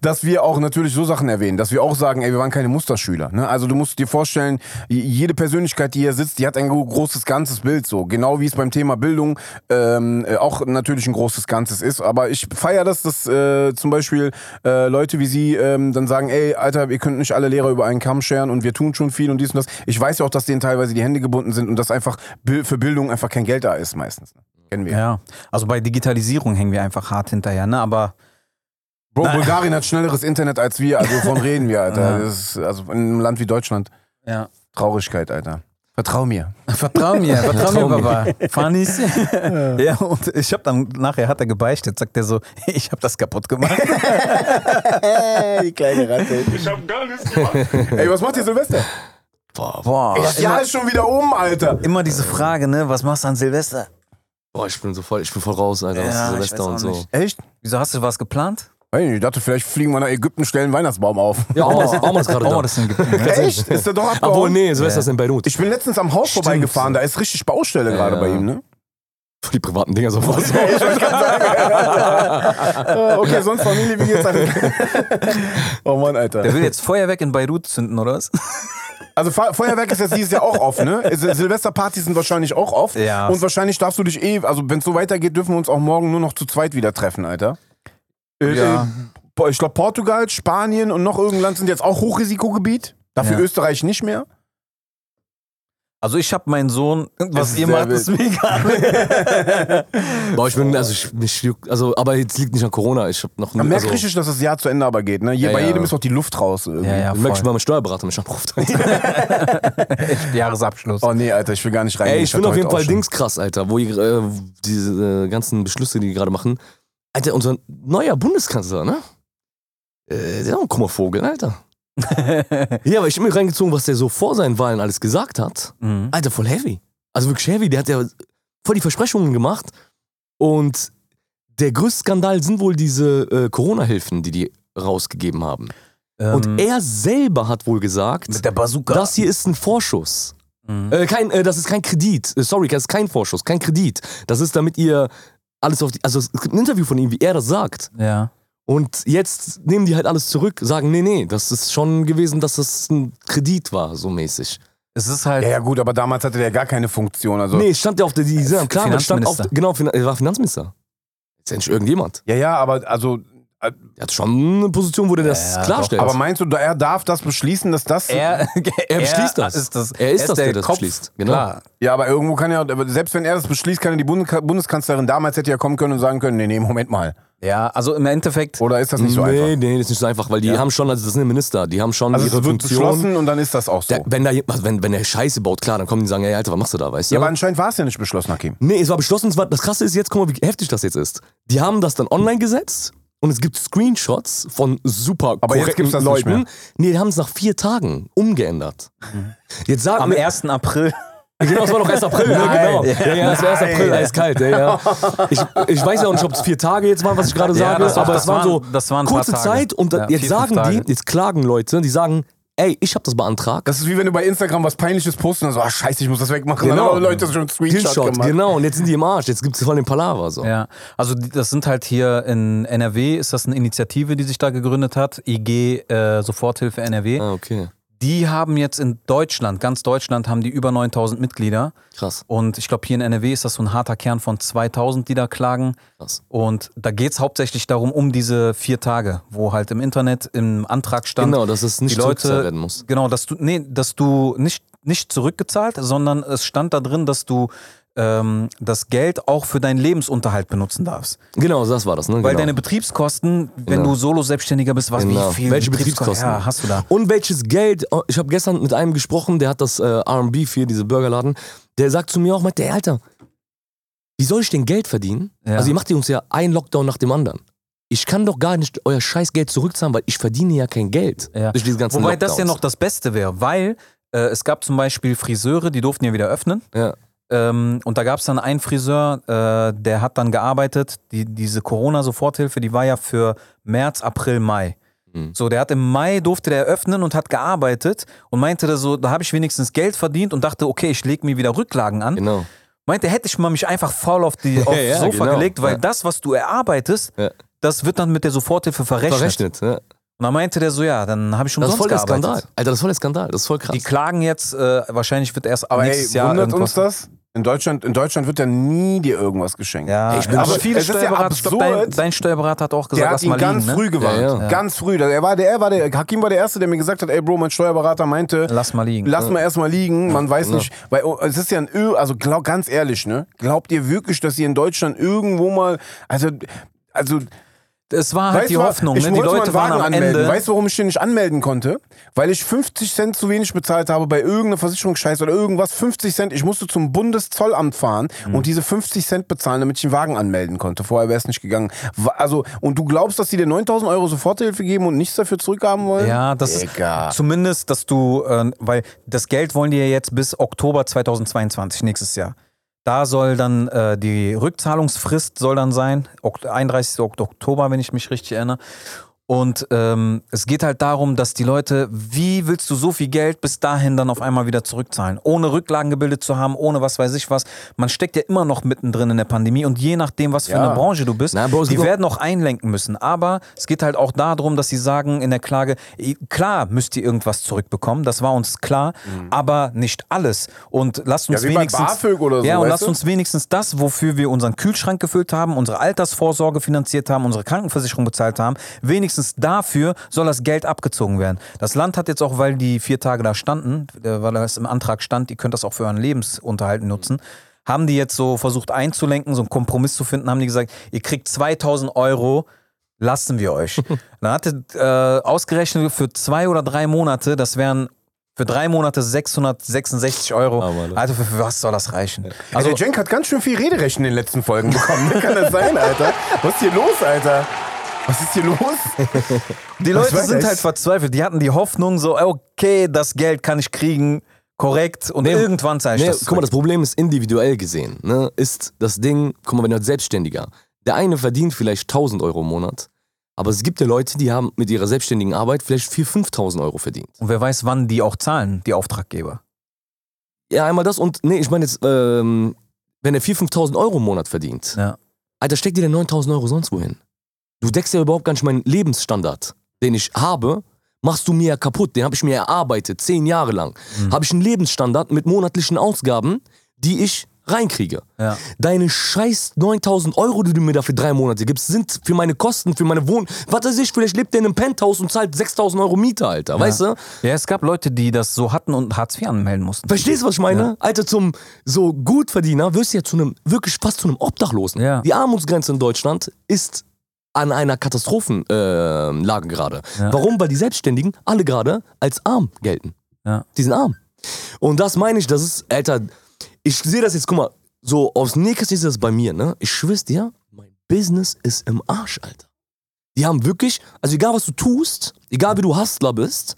dass wir auch natürlich so Sachen erwähnen, dass wir auch sagen, ey, wir waren keine Musterschüler. Ne? Also du musst dir vorstellen, j- jede Persönlichkeit, die hier sitzt, die hat ein gro- großes ganzes Bild so. Genau wie es beim Thema Bildung ähm, äh, auch natürlich ein großes Ganzes ist. Aber ich feiere das, dass äh, zum Beispiel äh, Leute wie sie ähm, dann sagen, ey, Alter, ihr könnt nicht alle Lehrer über einen Kamm scheren und wir tun schon viel und dies und das. Ich weiß ja auch, dass denen teilweise die Hände gebunden sind und dass einfach Bil- für Bildung einfach kein Geld da ist meistens. ne? Kennen wir.
Ja, also bei Digitalisierung hängen wir einfach hart hinterher, ne? Aber
Bro, Bulgarien hat schnelleres Internet als wir, also wovon reden wir, Alter? Das ist, also in einem Land wie Deutschland,
ja.
Traurigkeit, Alter. Vertrau mir.
Vertrau mir, vertrau
Vertrau
mir,
mir.
Baba. Funnies. ja, und ich hab dann, nachher hat er gebeichtet, sagt er so, ich hab das kaputt gemacht.
Die kleine Ratte.
Ich hab gar nichts gemacht.
Ey, was macht ihr Silvester?
Boah,
Boah,
Das Jahr ist schon wieder um, Alter.
immer diese Frage, ne, was machst du an Silvester?
boah, ich bin so voll, ich bin voll raus, Alter,
Ja,
was
ich
ist
weiß
Silvester
auch
und so.
nicht.
Echt?
Wieso hast du was geplant?
Weiß nicht, Ich dachte, vielleicht fliegen wir nach Ägypten, stellen Weihnachtsbaum auf.
Ja, Omas, Omas gerade
Oh,
da. Ah,
das sind ne?
Echt? Ist der doch abgehauen?
Obwohl, nee, Silvester ist in Beirut.
Ich bin letztens am Haus
Stimmt.
vorbeigefahren, da ist richtig Baustelle gerade bei ihm, ne?
die privaten Dinger so was.
Äh, Okay, sonst Familie, wie geht's allen? Oh Mann, Alter.
Der will jetzt Feuerwerk in Beirut zünden, oder was?
Also Fe- Feuerwerk ist jetzt dieses Jahr auch offen, ne? Sil- Silvesterpartys sind wahrscheinlich auch oft.
Ja.
Und wahrscheinlich darfst du dich eh, also wenn es so weitergeht, dürfen wir uns auch morgen nur noch zu zweit wieder treffen, Alter. Äh,
Ja.
äh, Bo- ich glaube, Portugal, Spanien und noch irgendein Land sind jetzt auch Hochrisikogebiet. Dafür
Ja.
Österreich nicht mehr.
Also ich hab meinen Sohn, was
ist
ihr
sehr
macht,
wild.
ist mir egal.
Boah, ich bin, also, ich, mich juckt- also, aber jetzt liegt nicht an Corona. Ich hab noch
Man merkt
also,
richtig, dass das Jahr zu Ende aber geht. Ne? Je,
Ja,
bei
ja.
jedem ist auch die Luft raus. Irgendwie.
Ja, ja,
Das merk ich
voll.
bei meinem Steuerberater, mich anruft.
Jahresabschluss.
Oh nee, Alter, ich will gar nicht rein.
Ey, ich bin auf jeden Fall Dings krass, Alter, wo ihr, äh, diese äh, ganzen Beschlüsse, die die gerade machen. Alter, unser neuer Bundeskanzler, ne? Äh, der ist auch ein krummer Vogel, Alter. ja, aber ich hab mir reingezogen, was der so vor seinen Wahlen alles gesagt hat.
Mhm.
Alter, voll heavy. Also wirklich heavy. Der hat ja voll die Versprechungen gemacht. Und der größte Skandal sind wohl diese äh, Corona-Hilfen, die die rausgegeben haben.
Ähm,
Und er selber hat wohl gesagt,
mit der Bazooka.
das hier ist ein Vorschuss.
Mhm.
Äh, kein, äh, das ist kein Kredit. Äh, sorry, das ist kein Vorschuss, kein Kredit. Das ist, damit ihr alles auf die. Also es gibt ein Interview von ihm, wie er das sagt.
ja.
Und jetzt nehmen die halt alles zurück, sagen, nee, nee, das ist schon gewesen, dass das ein Kredit war, so mäßig.
Äh,
Es ist halt,
Ja, ja gut, aber damals hatte der gar keine Funktion. Also,
nee, stand ja auf der, die, die klar, stand auf,
Finanzminister.
genau, Finan- er war Finanzminister. Ist ja nicht irgendjemand.
Ja, ja, aber also, äh,
Er hat schon eine Position, wo der das
Ja, ja,
klarstellt.
aber meinst du, er darf das beschließen, dass das
er, er
beschließt das.
Ist das.
Er ist das, der das beschließt. Genau.
Klar.
Ja, aber irgendwo kann ja, aber selbst wenn er das beschließt, kann ja die Bundes- Bundeskanzlerin damals hätte ja kommen können und sagen können, nee, nee, Moment mal.
Ja, also im Endeffekt,
Oder ist das nicht so
nee,
einfach?
nee, das ist nicht so einfach, weil die haben schon, also das sind Minister, die haben schon
Also
ihre
es wird
Funktion.
beschlossen und dann ist das auch so.
Der, wenn, da, je- also wenn, wenn der Scheiße baut, klar, dann kommen die und sagen, ey, Alter, was machst du da, weißt du?
ja, aber anscheinend war es ja nicht beschlossen, Hakim.
nee, es war beschlossen, es war, das Krasse ist jetzt, guck mal, wie heftig das jetzt ist. Die haben das dann online gesetzt und es gibt Screenshots von super
Aber jetzt
korrekten
gibt's das nicht
Leuten.
mehr.
Nee, die haben es nach vier Tagen umgeändert. Jetzt sagen
am 1. April.
Genau, es war doch 1. April, ne? Genau. Ja, ja, es war 1. April,
Nein.
eiskalt. Ja, ja. Ich, ich weiß ja auch nicht, ob es vier Tage jetzt waren, was ich gerade
Ja,
sage,
das-
aber
das
es waren so
waren- das waren ein paar
kurze
Tage.
Zeit und
Ja,
jetzt
vier, fünf
sagen die,
Tage.
jetzt klagen Leute, die sagen, ey, ich habe das beantragt.
Das ist wie wenn du bei Instagram was Peinliches postest und dann so, ah, scheiße, ich muss das wegmachen. Dann
Genau.
haben Leute schon einen Screenshot
Screenshot,
gemacht.
genau. Und jetzt sind die im Arsch. Jetzt gibt es voll den Palaver. So.
Ja, also die- das sind halt hier in NRW, ist das eine Initiative, die sich da gegründet hat, IG äh, Soforthilfe NRW.
Ah, okay.
Die haben jetzt in Deutschland, ganz Deutschland, haben die über 9000 Mitglieder.
Krass.
Und ich glaube, hier in NRW ist das so ein harter Kern von 2000, die da klagen.
Krass.
Und da geht es hauptsächlich darum, um diese vier Tage, wo halt im Internet im Antrag stand,
Genau, dass es nicht
die Leute,
zurückgezahlt werden muss.
Genau, dass du, nee, dass du nicht, nicht zurückgezahlt, sondern es stand da drin, dass du ähm, das Geld auch für deinen Lebensunterhalt benutzen darfst.
Genau, das war das. Ne?
Weil
genau.
deine Betriebskosten, wenn
Genau.
du Solo-Selbstständiger bist, was
Genau.
wie viel
Welche Betriebskosten?
Ja, hast du da.
Und welches Geld? Oh, Ich habe gestern mit einem gesprochen, der hat das äh, R&B für diese Burgerladen. Der sagt zu mir auch, meinte, ey, Alter, wie soll ich denn Geld verdienen?
Ja.
Also ihr macht uns ja einen Lockdown nach dem anderen. Ich kann doch gar nicht euer scheiß Geld zurückzahlen, weil ich verdiene ja kein Geld
Ja.
durch diese ganzen
Wobei
Lockdowns.
das ja noch das Beste wäre, weil äh, es gab zum Beispiel Friseure, die durften ja wieder öffnen.
Ja.
Ähm, und da gab es dann einen Friseur, äh, der hat dann gearbeitet. Die, diese Corona-Soforthilfe, die war ja für März, April, Mai.
Hm.
So, der hat im Mai durfte der öffnen und hat gearbeitet und meinte da so, da habe ich wenigstens Geld verdient und dachte, okay, ich lege mir wieder Rücklagen an.
Genau.
Meinte, hätte ich mal mich einfach faul auf die aufs
ja,
Sofa
genau.
gelegt, weil
Ja.
das, was du erarbeitest,
Ja.
das wird dann mit der Soforthilfe verrechnet.
Verrechnet. Ja.
Und dann meinte der so, ja, dann habe ich
Das ist
umsonst
voll der
gearbeitet.
Skandal. Alter, das ist voll der Skandal. Das ist voll krass.
Die klagen jetzt, äh, wahrscheinlich wird erst aber
Aber
nächstes
ey,
Jahr
wundert
irgendwas-
uns das? In Deutschland, in Deutschland wird ja nie dir irgendwas geschenkt.
Ja,
Ich bin
aber
aber-
viele
es ist ja
Steuerberater, ich glaub, dein,
absurd.
dein Steuerberater hat auch gesagt,
Der hat
lass
ihn
mal
ganz
liegen,
früh
ne?
gewarnt.
Ja, ja.
Ganz früh. Er war der, er war der, Hakim war der Erste, der mir gesagt hat, ey Bro, mein Steuerberater meinte,
Lass mal liegen.
lass mal erstmal liegen, man weiß
genau.
Ja.
nicht. Weil oh, es ist ja ein Ö, also glaub, ganz ehrlich, ne? Glaubt ihr wirklich, dass ihr in Deutschland irgendwo mal, also, also
Es war halt
Weißt
die
du was?
Hoffnung,
ich
ne? die
wollte
Leute
meinen Wagen
waren am
anmelden.
Ende.
Weißt du, warum ich den nicht anmelden konnte? Weil ich 50 Cent zu wenig bezahlt habe bei irgendeiner Versicherungsscheiß oder irgendwas. 50 Cent. Ich musste zum Bundeszollamt fahren
Mhm.
und diese 50 Cent bezahlen, damit ich den Wagen anmelden konnte. Vorher wäre es nicht gegangen. Wa- Also, und du glaubst, dass die dir 9000 Euro Soforthilfe geben und nichts dafür zurückhaben wollen?
ja, das
Digga.
ist zumindest, dass du, äh, weil das Geld wollen die ja jetzt bis Oktober 2022, nächstes Jahr. Da soll dann äh, die Rückzahlungsfrist soll dann sein, Ok- 31. Ok- Oktober, wenn ich mich richtig erinnere. Und ähm, es geht halt darum, dass die Leute, wie willst du so viel Geld bis dahin dann auf einmal wieder zurückzahlen? Ohne Rücklagen gebildet zu haben, ohne was weiß ich was. Man steckt ja immer noch mittendrin in der Pandemie und je nachdem, was für
Ja.
eine Branche du bist,
Na, Bro, es
die
gibt auch-
werden auch einlenken müssen. Aber es geht halt auch darum, dass sie sagen in der Klage, eh, klar müsst ihr irgendwas zurückbekommen, das war uns klar,
Mhm.
aber nicht alles. Und lasst uns
wie bei
wenigstens...
BAföG oder so,
ja, und
weißt
lasst
du?
uns wenigstens das, wofür wir unseren Kühlschrank gefüllt haben, unsere Altersvorsorge finanziert haben, unsere Krankenversicherung bezahlt haben, wenigstens dafür soll das Geld abgezogen werden. Das Land hat jetzt auch, weil die vier Tage da standen, äh, weil das im Antrag stand, ihr könnt das auch für euren Lebensunterhalt nutzen, haben die jetzt so versucht einzulenken, so einen Kompromiss zu finden, haben die gesagt, ihr kriegt 2000 Euro lassen wir euch. Dann hatte äh, ausgerechnet für zwei oder drei Monate, das wären für drei Monate 666 Euro.
Aber, ne?
Alter, für, für was soll das reichen?
Also, der Jenk hat ganz schön viel Rederecht in den letzten Folgen bekommen. ne? Kann das sein, Alter? Was ist hier los, Alter? Was ist hier los?
Die
Was
Leute
war
sind
das?
halt verzweifelt. Die hatten die Hoffnung, so, okay, das Geld kann ich kriegen, korrekt. Und irgendwann zeige ich
Nee,
das.
guck mal, das Problem ist individuell gesehen. Ne, ist das Ding, guck mal, wenn du als Selbstständiger, der eine verdient vielleicht 1000 Euro im Monat, aber es gibt ja Leute, die haben mit ihrer selbstständigen Arbeit vielleicht 4.000, 5.000 Euro verdient.
Und wer weiß, wann die auch zahlen, die Auftraggeber.
Ja, einmal das und, nee, ich meine jetzt, ähm, wenn er 4.000, 5.000 Euro im Monat verdient,
Ja.
Alter, steck dir denn 9.000 Euro sonst wohin? Du deckst ja überhaupt gar nicht meinen Lebensstandard, den ich habe, machst du mir ja kaputt. Den habe ich mir erarbeitet, zehn Jahre lang.
Mhm.
Habe ich einen Lebensstandard mit monatlichen Ausgaben, die ich reinkriege.
Ja.
Deine scheiß 9000 Euro, die du mir dafür drei Monate gibst, sind für meine Kosten, für meine Wohnung. Was weiß ich, vielleicht lebt der in einem Penthouse und zahlt 6000 Euro Miete, Alter. Weißt du?
Ja, es gab Leute, die das so hatten und Hartz IV anmelden mussten.
Verstehst du, was ich meine? Alter, zum so Gutverdiener wirst du ja zu einem, wirklich fast zu einem Obdachlosen.
Ja.
Die Armutsgrenze in Deutschland ist an einer Katastrophenlage äh, Lage gerade. Warum? Weil die Selbstständigen alle gerade als arm gelten.
Ja.
Die sind arm. Und das meine ich, das ist, Alter, ich sehe das jetzt, guck mal, so aufs Nächste ist das bei mir, ne? Ich schwör's dir, mein Business ist im Arsch, Alter. Die haben wirklich, also egal was du tust, egal wie du Hustler bist,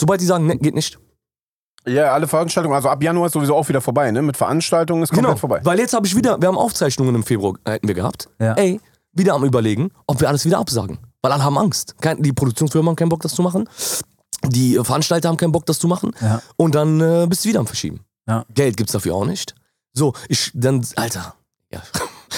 sobald die sagen, ne, geht nicht,
Ja, alle Veranstaltungen, also ab Januar ist sowieso auch wieder vorbei, ne? Mit Veranstaltungen ist komplett
Genau,
vorbei.
weil jetzt habe ich wieder, wir haben Aufzeichnungen im Februar, äh, hätten wir gehabt.
Ja.
Ey, wieder am überlegen, ob wir alles wieder absagen. Weil alle haben Angst. Kein, die Produktionsfirmen haben keinen Bock, das zu machen. Die äh, Veranstalter haben keinen Bock, das zu machen.
Ja.
Und dann äh, bist du wieder am Verschieben.
Ja.
Geld gibt's dafür auch nicht. So, ich, dann, Alter. Ja,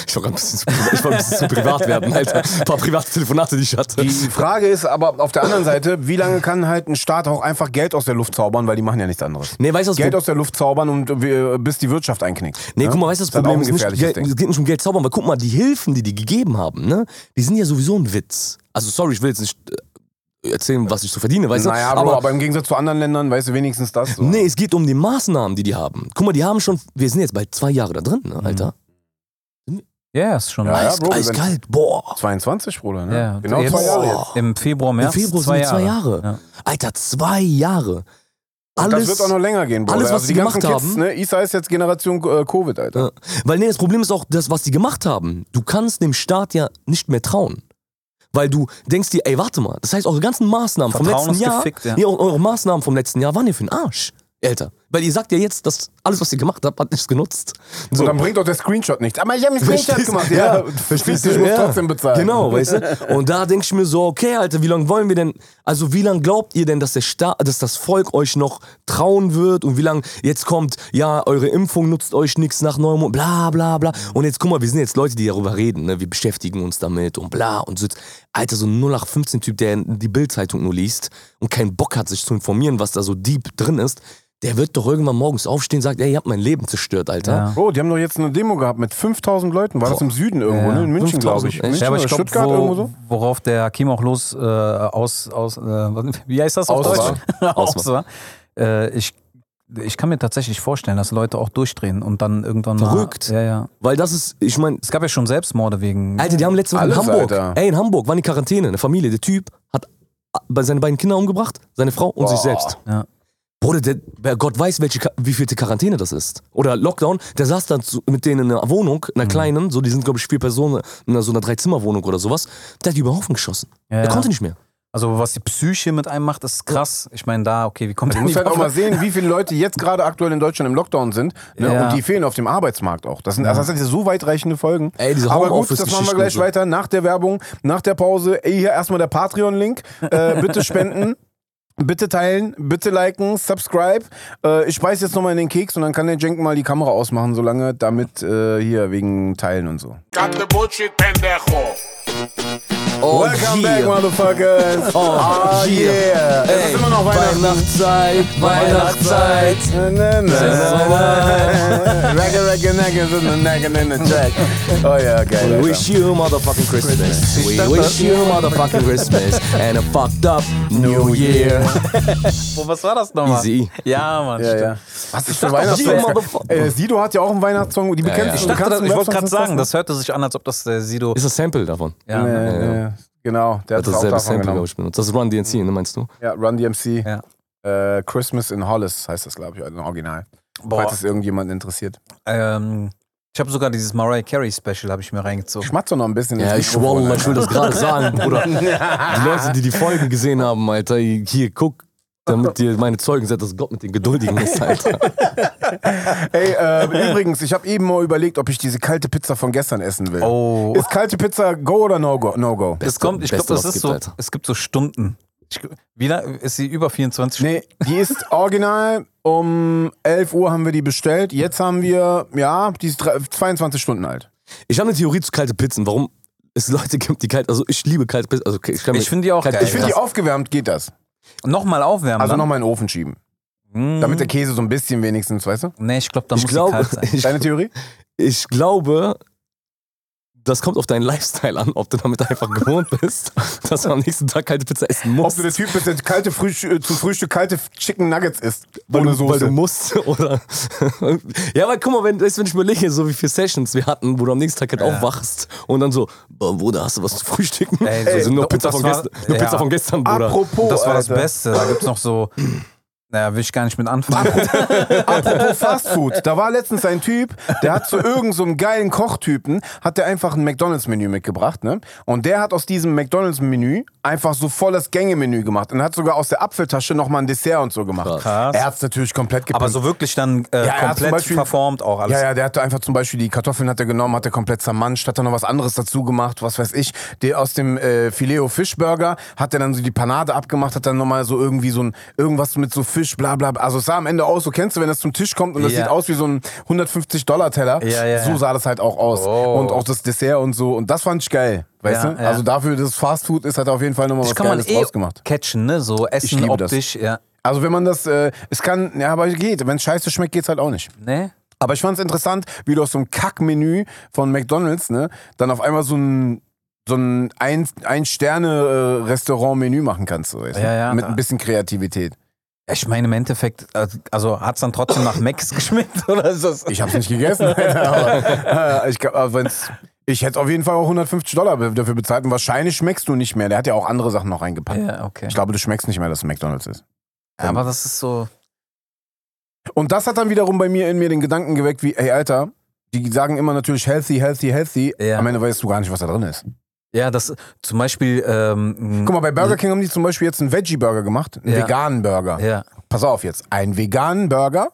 ich wollte ein bisschen zu, ich wollte ein bisschen zu privat werden, Alter. Ein paar private Telefonate, die ich hatte.
Die Frage ist aber auf der anderen Seite, wie lange kann halt ein Staat auch einfach Geld aus der Luft zaubern, weil die machen ja nichts anderes.
nee, weißt du, was
Geld aus der Luft zaubern und wir, bis die Wirtschaft einknickt.
Nee,
ne?
guck mal, weißt du, das
ist halt
Problem
auch
ist
ein
nicht,
gefährliches
Geld, es geht nicht um Geld zaubern, weil guck mal, die Hilfen, die die gegeben haben, ne, die sind ja sowieso ein Witz. Also sorry, ich will jetzt nicht äh, erzählen, was ich so verdiene, weißt
Ding. Naja,
du,
aber, Bro, aber im Gegensatz zu anderen Ländern weißt du wenigstens das. So.
nee, es geht um die Maßnahmen, die die haben. Guck mal, die haben schon, wir sind jetzt bald zwei Jahre da drin, ne, Alter.
Ja, ist schon.
Ja, Mhm. ja.
Eis,
Bro, wir sind-
eiskalt, boah.
22, Bruder, ne?
Ja,
genau
jetzt-
zwei Jahre jetzt.
Boah.
Im Februar, März,
Im Februar
zwei,
sind wir zwei
Jahre.
Jahre.
Ja.
Alter, zwei Jahre.
das
alles.
wird auch noch länger gehen, Bruder.
alles, was
also die
sie
ganzen
gemacht
Kids,
haben.
ne? Isa ist jetzt Generation äh, Covid, Alter.
Ja. Weil nee, das Problem ist auch das, was die gemacht haben. Du kannst dem Staat ja nicht mehr trauen. Weil du denkst dir, ey, warte mal, das heißt, eure ganzen Maßnahmen
Vertrauen
vom
ist
letzten Jahr,
gefickt, ja.
nee, eu- eure Maßnahmen vom letzten Jahr waren ja für den Arsch, Alter. Weil ihr sagt ja jetzt, dass alles, was ihr gemacht habt, hat nichts genutzt. So.
Und dann bringt doch der Screenshot nichts. Aber ich habe einen Screenshot
Verstehst-
gemacht. Ja,
verstehst
verstehst du? Ich muss
Ja.
trotzdem bezahlen.
Genau, weißt du? Und da denke ich mir so, okay, Alter, wie lange wollen wir denn, also wie lange glaubt ihr denn, dass der Staat, dass das Volk euch noch trauen wird und wie lange, jetzt kommt, ja, eure Impfung nutzt euch nichts nach neun Monaten, bla bla bla. Und jetzt guck mal, wir sind jetzt Leute, die darüber reden, ne? wir beschäftigen uns damit und bla und so. Alter, so ein 0815-Typ, der die Bildzeitung nur liest und keinen Bock hat, sich zu informieren, was da so deep drin ist, der wird doch irgendwann morgens aufstehen und sagt, ey, ihr habt mein Leben zerstört, Alter.
Ja.
Oh, die haben doch jetzt eine Demo gehabt mit 5000 Leuten. War das im Süden irgendwo,
Ja.
ne? In München,
5000,
glaube ich.
echt?
München
Ja, aber ich
oder
glaube,
Stuttgart irgendwo so?
worauf der Kim auch los äh, aus, aus äh, wie heißt das auf
Aus
Deutsch?
Aus
Aus war. Äh, ich, ich kann mir tatsächlich vorstellen, dass Leute auch durchdrehen und dann irgendwann
Verrückt.
mal. Ja, ja.
Weil das ist, ich meine,
Es gab ja schon Selbstmorde wegen.
Alter, die haben letzte Woche in
Alles,
Hamburg.
Alter.
Ey, in Hamburg waren die Quarantäne. Eine Familie. Der Typ hat bei- seine beiden Kinder umgebracht, seine Frau und sich selbst.
Ja.
Bruder, der, wer Gott weiß, welche, Ka- wie vielte Quarantäne das ist. Oder Lockdown, der saß dann zu, mit denen in einer Wohnung,
Mhm.
in einer kleinen, so, die sind, glaube ich, vier Personen, in einer, so einer Drei-Zimmer-Wohnung oder sowas. Der hat die über den Haufen geschossen.
Ja,
Er
ja.
konnte nicht mehr.
Also was die Psyche mit einem macht, ist krass. Ich meine, da, okay, wie kommt
Du
denn
musst
die
halt auch
Waffe-
mal sehen, wie viele Leute jetzt gerade aktuell in Deutschland im Lockdown sind. Ne?
Ja.
Und die fehlen auf dem Arbeitsmarkt auch. Das sind, also das sind ja so weitreichende Folgen.
Ey, diese
Aber gut, das
Homeoffice-Geschichten
machen wir gleich
und so.
weiter. Nach der Werbung, nach der Pause. Ey, hier erstmal der Patreon-Link. Äh, bitte spenden. Bitte teilen, bitte liken, subscribe. Äh, ich beiß jetzt nochmal in den Keks und dann kann der Jenk mal die Kamera ausmachen, solange, damit äh, hier wegen Teilen und so.
Cut the bullshit, pendejo.
Oh,
Welcome back, motherfuckers! Oh, yeah! Es ist immer noch Weihnachten.
Weihnachtszeit, Weihnachtszeit.
Na, na, na. Reggae, reggae, reggae, so eine Nagel in the Jack. Oh ja, geil.
We
Alter.
wish you a motherfucking Christmas. We wish you a motherfucking Christmas and a fucked up New Year.
Oh, was war das nochmal?
Easy.
Ja, Mann.
Ja,
stimmt.
ja. Was ist für
you
Weihnachtssong?
motherfucker.
Äh, Sido hat ja auch einen Weihnachtssong. Die bekannten-
ja.
die
Ich, dachte, das,
bekannten
ich wollte gerade
Weihnachtssongs
sagen,
sind
das hörte sich an, als ob das der Sido.
Ist das Sample davon?
ja,
das-
ne?
Äh, äh, Genau, der hat das
Das ist
auch
selbe
davon
Sample, glaube
genommen.
ich, benutzt. Das ist Run DNC, ne, meinst du?
Ja, Run DMC.
Ja.
Äh, Christmas in Hollis heißt das, glaube ich, im Original.
Boah.
Falls es irgendjemand interessiert.
Ähm, ich habe sogar dieses Mariah Carey Special habe ich mir reingezogen.
Schmatze noch ein bisschen. ins Mikrofon,
schwöre,
Alter.
will das gerade sagen, Bruder. Die Leute, die die Folgen gesehen haben, Alter, hier, guck, damit ihr meine Zeugen seid, dass Gott mit den Geduldigen ist, Alter.
Ey, äh, übrigens, ich habe eben mal überlegt, ob ich diese kalte Pizza von gestern essen will.
Oh.
Ist kalte Pizza go oder no go? No go.
Es kommt, ich glaube,
Beste,
das
was
ist
gibt,
so.
Alter.
Es gibt so Stunden. Ich, wie lang ist sie über 24 Stunden?
Nee, die ist original. Um 11 Uhr haben wir die bestellt. Jetzt haben wir, ja, die ist drei- 22 Stunden alt.
Ich habe eine Theorie zu kalte Pizzen. Warum es Leute gibt, die kalt, also ich liebe kalte Pizzen. Also okay, ich kann mir-
Ich finde die auch
kalte
geil.
Ich finde, die
Pizzen-
aufgewärmt geht das.
Nochmal aufwärmen.
Also
dann?
nochmal in den Ofen schieben.
Mhm.
Damit der Käse so ein bisschen wenigstens, weißt du?
Nee, ich glaube, da
ich
muss sie
glaube,
kalt sein.
ich,
Deine Theorie?
ich glaube, das kommt auf deinen Lifestyle an, ob du damit einfach gewohnt bist, dass du am nächsten Tag kalte Pizza essen
Ob
musst.
du der Typ bist, der kalte Frühstück, äh, zum Frühstück kalte Chicken Nuggets isst.
weil
Ohne
du, Weil du
Soße.
musst, oder? ja, aber guck mal, wenn, weißt du, wenn ich überlege, so wie viele Sessions wir hatten, wo du am nächsten Tag halt aufwachst und dann so, "Boah, Bruder, hast du was zu frühstücken?
Ey,
so,
ey,
nur
und
Pizza,
das
von,
war-
gestern, nur
ja.
Pizza von gestern, Bruder.
Apropos,
Das war das
Alter.
Beste. Da gibt's noch so. Naja, will ich gar nicht mit anfangen.
Apropos Fast Food, da war letztens ein Typ, der hat zu irgendeinem so einem geilen Kochtypen, hat der einfach ein McDonalds-Menü mitgebracht, ne? Und der hat aus diesem McDonalds-Menü einfach so voll das Gänge-Menü gemacht und hat sogar aus der Apfeltasche nochmal ein Dessert und so gemacht.
Krass.
Er hat's natürlich komplett gepackt.
Aber so wirklich dann äh,
Ja, ja, zum
komplett
Beispiel-
verformt auch alles.
Ja, ja, der hatte einfach zum Beispiel die Kartoffeln hat er genommen, hat er komplett zermanscht, hat er noch was anderes dazu gemacht, was weiß ich. Der aus dem äh, Fileo Fischburger hat er dann so die Panade abgemacht, hat dann nochmal so irgendwie so ein irgendwas mit so Fisch, bla bla. bla. Also es sah am Ende aus, so kennst du, wenn das zum Tisch kommt und das
Ja.
sieht aus wie so ein 150-Dollar-Teller.
Ja, ja,
so
ja.
sah das halt auch aus.
Oh.
Und auch das Dessert und so. Und das fand ich geil. Weißt
Ja,
du?
ja.
Also dafür, dass es Fast Food ist, hat er auf jeden Fall nochmal was
Das kann man
Geiles
eh
draus gemacht.
catchen, ne? So Essen
liebe das.
optisch. Ja.
Also wenn man das, äh, es kann, ja, aber geht. Wenn scheiße schmeckt, geht's halt auch nicht.
Ne?
Aber ich fand's interessant, wie du aus so einem Kackmenü von McDonalds, ne, dann auf einmal so ein so ein ein, ein Sterne Restaurant Menü machen kannst, so, weißt du?
Ja, ja.
mit ein bisschen Kreativität.
Ich meine, im Endeffekt, äh, also hat's dann trotzdem nach Max geschmeckt oder ist das.
Ich hab's nicht gegessen, Alter, aber äh, ich glaub, also wenn's ich hätte auf jeden Fall auch 150 Dollar be- dafür bezahlt und wahrscheinlich schmeckst du nicht mehr. Der hat ja auch andere Sachen noch reingepackt.
Ja, okay.
Ich glaube, du schmeckst nicht mehr, dass es McDonalds ist.
Aber das ist so.
Und das hat dann wiederum bei mir in mir den Gedanken geweckt, wie, ey, Alter, die sagen immer natürlich healthy, healthy, healthy.
Ja.
Am Ende weißt du gar nicht, was da drin ist.
Ja, das zum Beispiel. Ähm,
Guck mal, bei Burger King haben die zum Beispiel jetzt einen Veggie-Burger gemacht, einen
Ja.
veganen Burger.
Ja.
Pass auf jetzt, einen veganen Burger,